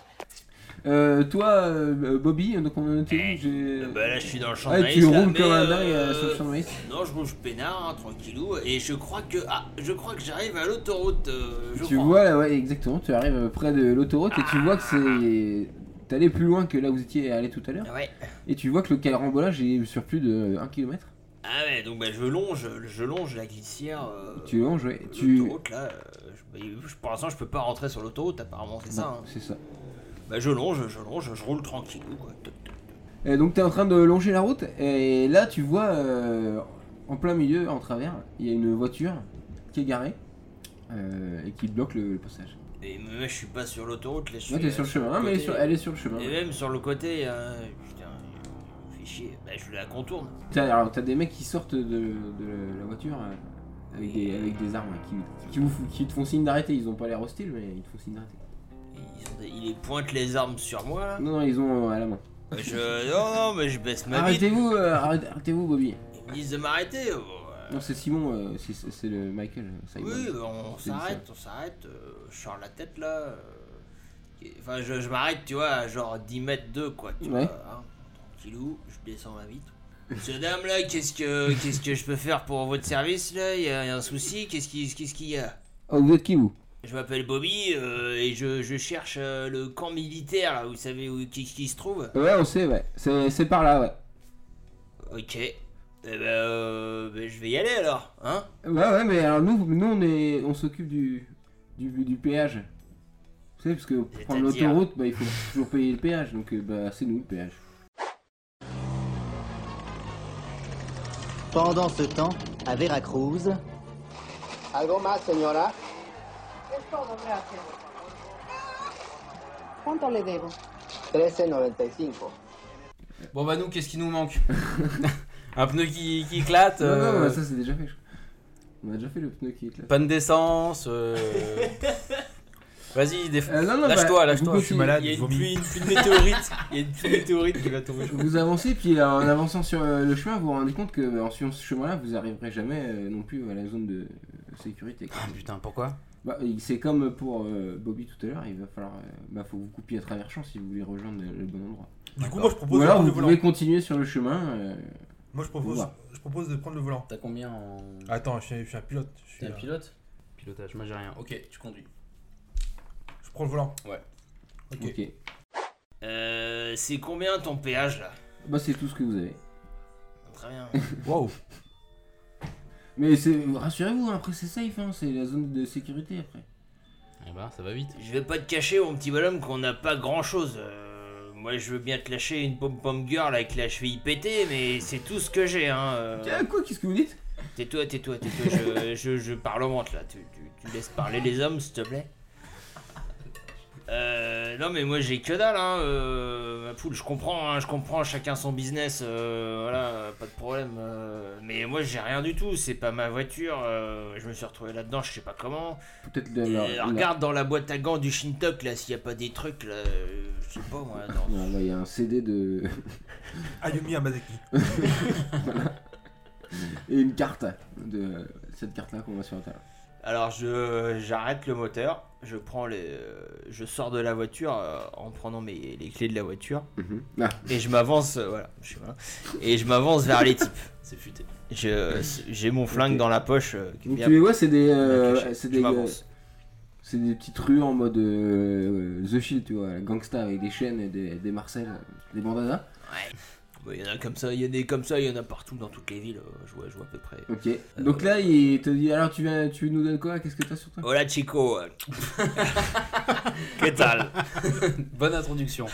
[SPEAKER 2] Euh, toi, euh, Bobby, donc on en était où
[SPEAKER 4] Eh,
[SPEAKER 2] J'ai-
[SPEAKER 4] Bah là, je suis dans le champ de
[SPEAKER 2] Ah,
[SPEAKER 4] maïs.
[SPEAKER 2] tu
[SPEAKER 4] là,
[SPEAKER 2] roules
[SPEAKER 4] mais,
[SPEAKER 2] comme un
[SPEAKER 4] euh,
[SPEAKER 2] dingue euh, sur le champ de maïs.
[SPEAKER 4] Non, je bouge peinard, hein, tranquillou, et je crois que ah, je crois que j'arrive à l'autoroute. euh, je
[SPEAKER 2] Tu
[SPEAKER 4] crois.
[SPEAKER 2] vois, là, ouais, exactement, tu arrives euh, près de l'autoroute et tu
[SPEAKER 4] Ah.
[SPEAKER 2] vois que c'est. T'allais plus loin que là où vous étiez allé tout à l'heure.
[SPEAKER 4] Ouais.
[SPEAKER 2] Et tu vois que le carambolage est sur plus de 1 km.
[SPEAKER 4] Ah ouais, donc bah, je longe, je longe la glissière. euh,
[SPEAKER 2] Tu longes, ouais. Tu.
[SPEAKER 4] L'autoroute là, euh, je- bah, je- pour l'instant je peux pas rentrer sur l'autoroute apparemment c'est ça.
[SPEAKER 2] Non,
[SPEAKER 4] hein.
[SPEAKER 2] C'est ça.
[SPEAKER 4] Bah je longe, je longe, je roule tranquillou quoi. Toc, toc.
[SPEAKER 2] Et donc t'es en train de longer la route et là tu vois euh, en plein milieu, en travers, il y a une voiture qui est garée euh, et qui bloque le, le passage.
[SPEAKER 4] Et moi je suis pas sur l'autoroute là, je suis.
[SPEAKER 2] Là t'es sur le chemin, mais elle est sur, elle est sur le chemin.
[SPEAKER 4] Et même sur le côté, euh, putain, il me fait chier. Bah je la contourne.
[SPEAKER 2] T'as, alors t'as des mecs qui sortent de, de la voiture euh, avec des, avec des armes ouais, qui, qui, vous fou- qui te font signe d'arrêter. Ils ont pas l'air hostiles, mais ils te font signe d'arrêter.
[SPEAKER 4] Ils, ont des- ils pointent les armes sur moi là. Bah,
[SPEAKER 2] Non, non, ils ont euh, à la main.
[SPEAKER 4] Je... Non, non, mais je baisse ma bite.
[SPEAKER 2] Arrêtez-vous, euh, arrête- arrêtez-vous, Bobby.
[SPEAKER 4] Ils me disent de m'arrêter. oh, euh,
[SPEAKER 2] Non, c'est Simon, euh, c'est, c'est- c'est le Michael. euh, Simon.
[SPEAKER 4] Oui, on
[SPEAKER 2] c'est
[SPEAKER 4] s'arrête, on s'arrête. euh, Je sors la tête là. euh, et- Enfin, je, je m'arrête, tu vois, à genre 10 mètres 2, quoi. Tu
[SPEAKER 2] Ouais.
[SPEAKER 4] vois, hein, tranquillou, je descends ma vite. Monsieur, dame là, qu'est-ce que qu'est-ce que je peux faire pour votre service là Il y, a un souci Qu'est-ce qui- qu'est-ce qu'il y a
[SPEAKER 2] Oh, vous êtes qui vous
[SPEAKER 4] Je m'appelle Bobby euh, et je, je cherche euh, le camp militaire, là, vous savez où qui, qui se trouve
[SPEAKER 2] Ouais, on sait, ouais. C'est c'est par là, ouais.
[SPEAKER 4] Ok. Eh ben, euh, ben, je vais y aller alors, hein
[SPEAKER 2] Ouais, ouais, mais alors nous, nous on est, on s'occupe du, du, du péage. Vous savez, parce que pour prendre
[SPEAKER 4] C'est-à-dire
[SPEAKER 2] l'autoroute, bah, il faut toujours payer le péage, donc euh, bah, c'est nous le péage.
[SPEAKER 12] Pendant ce temps, à Veracruz,
[SPEAKER 11] Algo más, señora?
[SPEAKER 13] Es todo, gracias. ¿Cuánto le debo?
[SPEAKER 11] 13.95.
[SPEAKER 6] Bon bah nous, qu'est-ce qui nous manque Un pneu qui, qui éclate,
[SPEAKER 2] Non, non,
[SPEAKER 6] euh,
[SPEAKER 2] bah, ça c'est déjà fait. je crois. On a déjà fait le pneu qui éclate.
[SPEAKER 6] panne d'essence. euh, Vas-y, déf-
[SPEAKER 2] Euh, non, non,
[SPEAKER 6] lâche-toi,
[SPEAKER 2] bah,
[SPEAKER 6] lâche-toi.
[SPEAKER 2] vous- Je suis malade,
[SPEAKER 10] Il y a
[SPEAKER 2] je
[SPEAKER 10] une
[SPEAKER 2] vomis.
[SPEAKER 10] pluie, une pluie de météorites. Il y a une pluie de météorites qui va tomber. je crois.
[SPEAKER 2] Vous avancez, puis euh, en avançant sur euh, le chemin, vous vous rendez compte que bah, en suivant ce chemin-là, vous arriverez jamais euh, non plus à la zone de euh, sécurité. quoi.
[SPEAKER 6] Putain, pourquoi
[SPEAKER 2] Bah, il- c'est comme pour euh, Bobby tout à l'heure, il va falloir. euh, bah, faut vous couper à travers champ si vous voulez rejoindre le bon endroit.
[SPEAKER 1] Du coup, moi, je propose
[SPEAKER 2] Ou
[SPEAKER 1] de
[SPEAKER 2] alors
[SPEAKER 1] prendre le
[SPEAKER 2] vous
[SPEAKER 1] volant.
[SPEAKER 2] pouvez continuer sur le chemin. euh,
[SPEAKER 1] Moi, je propose,
[SPEAKER 2] voir.
[SPEAKER 1] je propose de prendre le volant.
[SPEAKER 6] T'as combien en.
[SPEAKER 1] Attends, je suis, je suis un pilote. Je, suis
[SPEAKER 6] T'es un
[SPEAKER 1] un-
[SPEAKER 6] pilote Pilotage, moi j'ai rien. Ok, tu conduis.
[SPEAKER 1] je prends le volant.
[SPEAKER 6] Ouais.
[SPEAKER 1] Ok.
[SPEAKER 2] Ok.
[SPEAKER 4] Euh, c'est combien ton péage là
[SPEAKER 2] Bah, c'est tout ce que vous avez.
[SPEAKER 4] Très bien.
[SPEAKER 1] Waouh.
[SPEAKER 2] Mais c'est- rassurez-vous, hein, après c'est safe, hein, c'est la zone de sécurité après.
[SPEAKER 6] Eh ben, ça va vite.
[SPEAKER 4] Je vais pas te cacher, mon petit bonhomme, qu'on n'a pas grand chose. moi, je veux bien te lâcher une pom-pom girl avec la cheville pétée, mais c'est tout ce que j'ai, hein. euh.
[SPEAKER 2] Tiens, quoi, qu'est-ce que vous dites
[SPEAKER 4] Tais-toi, tais-toi, tais-toi, je, je, je parle au ventre là. Tu, tu- tu laisses parler les hommes, s'il te plaît. Euh, non mais moi j'ai que dalle hein, euh, ma poule je comprends hein, je comprends chacun son business euh, voilà euh, pas de problème euh, mais moi j'ai rien du tout c'est pas ma voiture euh, je me suis retrouvé là dedans je sais pas comment
[SPEAKER 2] Faut Peut-être de
[SPEAKER 4] Et
[SPEAKER 2] la- la-
[SPEAKER 4] regarde dans la boîte à gants du Shintok là s'il y a pas des trucs là euh, je sais pas moi dans-
[SPEAKER 2] Non, là, il y a un CD de.
[SPEAKER 1] Ayumi Hamasaki.
[SPEAKER 2] Et une carte de cette carte-là qu'on va sur la table.
[SPEAKER 4] Alors je j'arrête le moteur, je prends les, euh, je sors de la voiture euh, en prenant mes, les clés de la voiture
[SPEAKER 2] Ah.
[SPEAKER 4] et je m'avance euh, voilà, je suis malin. et je m'avance vers les types.
[SPEAKER 6] C'est futé.
[SPEAKER 4] Je j'ai mon flingue dans la poche. euh, qui est
[SPEAKER 2] Donc,
[SPEAKER 4] bien-
[SPEAKER 2] tu les vois, c'est des, euh,
[SPEAKER 4] bien caché.
[SPEAKER 2] c'est
[SPEAKER 4] Je
[SPEAKER 2] des, euh,
[SPEAKER 4] m'avance.
[SPEAKER 2] c'est des petites rues en mode euh, The Shield, tu vois, gangsta avec des chaînes et des, des marcelles, des bandanas.
[SPEAKER 4] Bah, Il y en a comme ça, il y en a comme ça, il y en a partout dans toutes les villes. euh, je vois, je vois à peu près.
[SPEAKER 2] Ok. Donc là, il te dit, alors tu viens, tu nous donnes quoi Qu'est-ce que t'as sur toi
[SPEAKER 4] Hola chico. Euh, euh. que tal
[SPEAKER 6] Bonne introduction.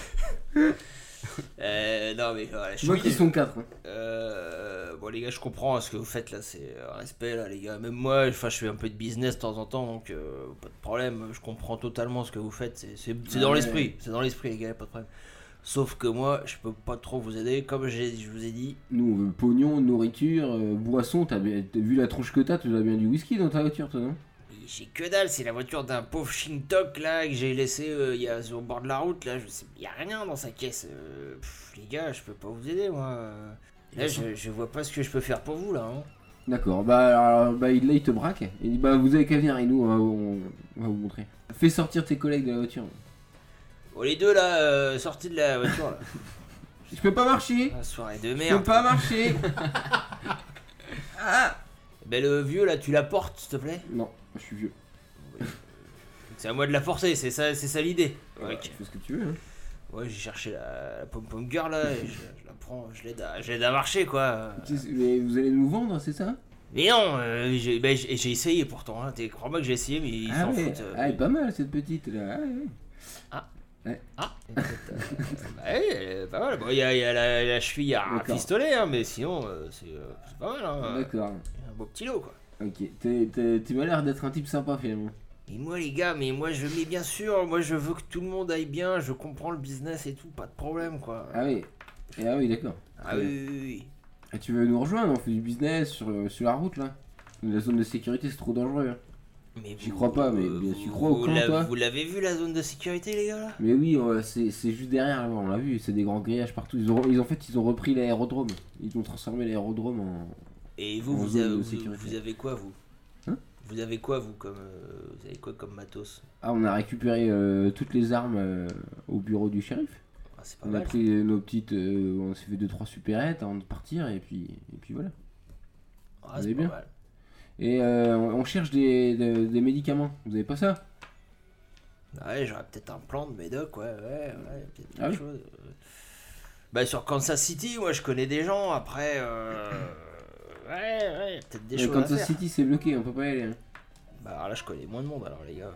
[SPEAKER 4] Euh, Non mais voilà, je
[SPEAKER 2] Tu vois
[SPEAKER 4] suis-
[SPEAKER 2] qu'ils sont quatre. hein.
[SPEAKER 4] Euh, bon les gars, je comprends hein, ce que vous faites là, c'est un respect là les gars. Même moi, enfin je fais un peu de business de temps en temps, donc euh, pas de problème. Je comprends totalement ce que vous faites, c'est c'est- c'est dans
[SPEAKER 2] Ouais.
[SPEAKER 4] l'esprit, c'est dans l'esprit les gars, pas de problème. Sauf que moi, je peux pas trop vous aider, comme j'ai- je vous ai dit.
[SPEAKER 2] Nous, on veut pognon, nourriture, euh, boisson. T'as bien- t'as vu la tronche que t'as Tu as bien du whisky dans ta voiture, toi, non
[SPEAKER 4] J'ai que dalle, c'est la voiture d'un pauvre Shintok là que j'ai laissé euh, il y a, au bord de la route là. Je sais, y a rien dans sa caisse. euh, pff, les gars, je peux pas vous aider moi.
[SPEAKER 6] Eh,
[SPEAKER 4] Là, je, je vois pas ce que je peux faire pour vous là. hein.
[SPEAKER 2] D'accord, bah, alors, bah il, là il te braque, il dit bah vous avez qu'à venir et nous on va, vous- on va vous montrer. Fais sortir tes collègues de la voiture.
[SPEAKER 4] Bon Oh, les deux là, euh, sortis de la voiture là.
[SPEAKER 2] Je peux pas marcher
[SPEAKER 4] Ah, soirée de
[SPEAKER 2] Je peux
[SPEAKER 4] merde.
[SPEAKER 2] pas marcher
[SPEAKER 4] Ben le vieux là, tu la portes s'il te plaît
[SPEAKER 2] Non, je suis vieux.
[SPEAKER 4] C'est à moi de la forcer, c'est ça, c'est ça l'idée.
[SPEAKER 2] Tu
[SPEAKER 4] Ok.
[SPEAKER 2] fais ce que tu veux. Hein.
[SPEAKER 4] Ouais, j'ai cherché la, la pom pom girl là, et je, je la prends, je l'aide à, je l'aide à marcher quoi.
[SPEAKER 2] Tu sais, Mais vous allez nous vendre, c'est ça
[SPEAKER 4] Mais non, euh, j'ai ben, j'ai- j'ai essayé pourtant, hein. t'es- crois-moi que j'ai essayé, mais ils
[SPEAKER 2] Ah
[SPEAKER 4] s'en
[SPEAKER 2] ouais,
[SPEAKER 4] foutent. euh.
[SPEAKER 2] ah, elle est pas mal cette petite là. Ah, ouais, ouais.
[SPEAKER 4] Ah, écoute, euh, bah ouais, elle est pas mal. Bon, il y a, il y a la, la cheville à un
[SPEAKER 2] D'accord.
[SPEAKER 4] pistolet, hein, mais sinon, euh, c'est euh, c'est pas mal. Hein.
[SPEAKER 2] D'accord.
[SPEAKER 4] Un beau petit lot quoi.
[SPEAKER 2] Ok, T'es- t'es- tu m'as l'air d'être un type sympa finalement.
[SPEAKER 4] Mais moi les gars, mais moi je mets bien sûr, moi je veux que tout le monde aille bien, je comprends le business et tout, pas de problème quoi.
[SPEAKER 2] Ah oui, et, ah oui d'accord.
[SPEAKER 4] Ah oui, oui, oui, oui.
[SPEAKER 2] Et tu veux nous rejoindre, on fait du business sur, euh, sur la route là. La zone de sécurité c'est trop dangereux. hein.
[SPEAKER 4] Mais
[SPEAKER 2] J'y
[SPEAKER 4] vous- euh,
[SPEAKER 2] crois pas, mais bien, tu crois au
[SPEAKER 4] vous
[SPEAKER 2] clan,
[SPEAKER 4] la-
[SPEAKER 2] toi
[SPEAKER 4] Vous l'avez vu la zone de sécurité, les gars là
[SPEAKER 2] Mais oui, on- c'est c'est juste derrière, là, on l'a vu, c'est des grands grillages partout. Ils ont, ils, en fait, ils ont repris l'aérodrome. Ils ont transformé l'aérodrome en.
[SPEAKER 4] Et vous,
[SPEAKER 2] En
[SPEAKER 4] vous
[SPEAKER 2] zone
[SPEAKER 4] avez,
[SPEAKER 2] de
[SPEAKER 4] vous,
[SPEAKER 2] sécurité.
[SPEAKER 4] vous avez quoi vous
[SPEAKER 2] Hein
[SPEAKER 4] Vous avez quoi vous comme euh, vous avez quoi comme matos
[SPEAKER 2] Ah, on a récupéré euh, toutes les armes euh, au bureau du shérif.
[SPEAKER 4] Ah, C'est pas
[SPEAKER 2] On a
[SPEAKER 4] mal.
[SPEAKER 2] pris nos petites. euh, on s'est fait 2-3 supérettes avant de partir, et puis, et puis voilà.
[SPEAKER 4] Ah,
[SPEAKER 2] vous
[SPEAKER 4] c'est
[SPEAKER 2] avez
[SPEAKER 4] pas
[SPEAKER 2] bien
[SPEAKER 4] mal.
[SPEAKER 2] Et euh, on on cherche des, de- des médicaments. Vous avez pas ça
[SPEAKER 4] Ah Ouais, j'aurais peut-être un plan de médoc, ouais, ouais, ouais, peut-être quelque
[SPEAKER 2] Ah oui
[SPEAKER 4] chose. euh. Bah, sur Kansas City, ouais, je connais des gens, après. euh, Ouais, ouais, y a peut-être des
[SPEAKER 2] Mais
[SPEAKER 4] choses à
[SPEAKER 2] Euh, Kansas
[SPEAKER 4] faire.
[SPEAKER 2] City, c'est bloqué, on peut pas y aller. hein.
[SPEAKER 4] Bah, alors là, je connais moins de monde, alors, les gars.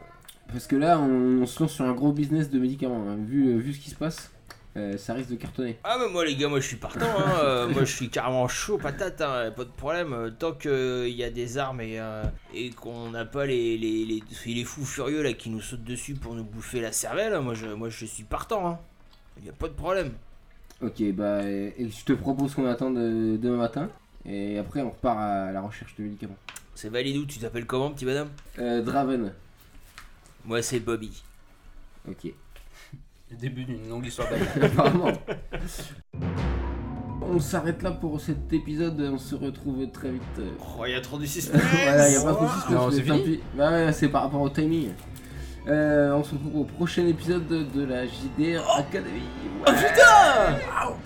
[SPEAKER 2] Parce que là, on, on se lance sur un gros business de médicaments. hein. Vu, vu ce qui se passe, euh, ça risque de cartonner.
[SPEAKER 4] Ah bah moi les gars, moi je suis partant, hein. Euh, moi je suis carrément chaud patate, hein. pas de problème, Euh, tant qu'il y a des armes et, euh, et qu'on n'a pas les, les, les, les fous furieux là qui nous sautent dessus pour nous bouffer la cervelle, moi je, moi, je suis partant, hein. il n'y a pas de problème.
[SPEAKER 2] Ok, bah, et- et je te propose qu'on attende euh, demain matin. Et après, on repart à la recherche de médicaments.
[SPEAKER 4] C'est valide où tu t'appelles comment petit madame
[SPEAKER 2] Euh, Draven.
[SPEAKER 4] Moi c'est Bobby.
[SPEAKER 2] Ok.
[SPEAKER 6] Le début d'une longue histoire
[SPEAKER 2] Apparemment. On s'arrête là pour cet épisode. On se retrouve très vite. euh,
[SPEAKER 4] Oh il y a trop du suspense
[SPEAKER 2] voilà, il n'y a pas trop de suspense,
[SPEAKER 6] Non,
[SPEAKER 2] mais
[SPEAKER 6] c'est
[SPEAKER 2] tant
[SPEAKER 6] fini
[SPEAKER 2] pis. Bah ouais, c'est par rapport au timing. Euh, on se retrouve au prochain épisode de la JDR Academy. Ouais.
[SPEAKER 4] Putain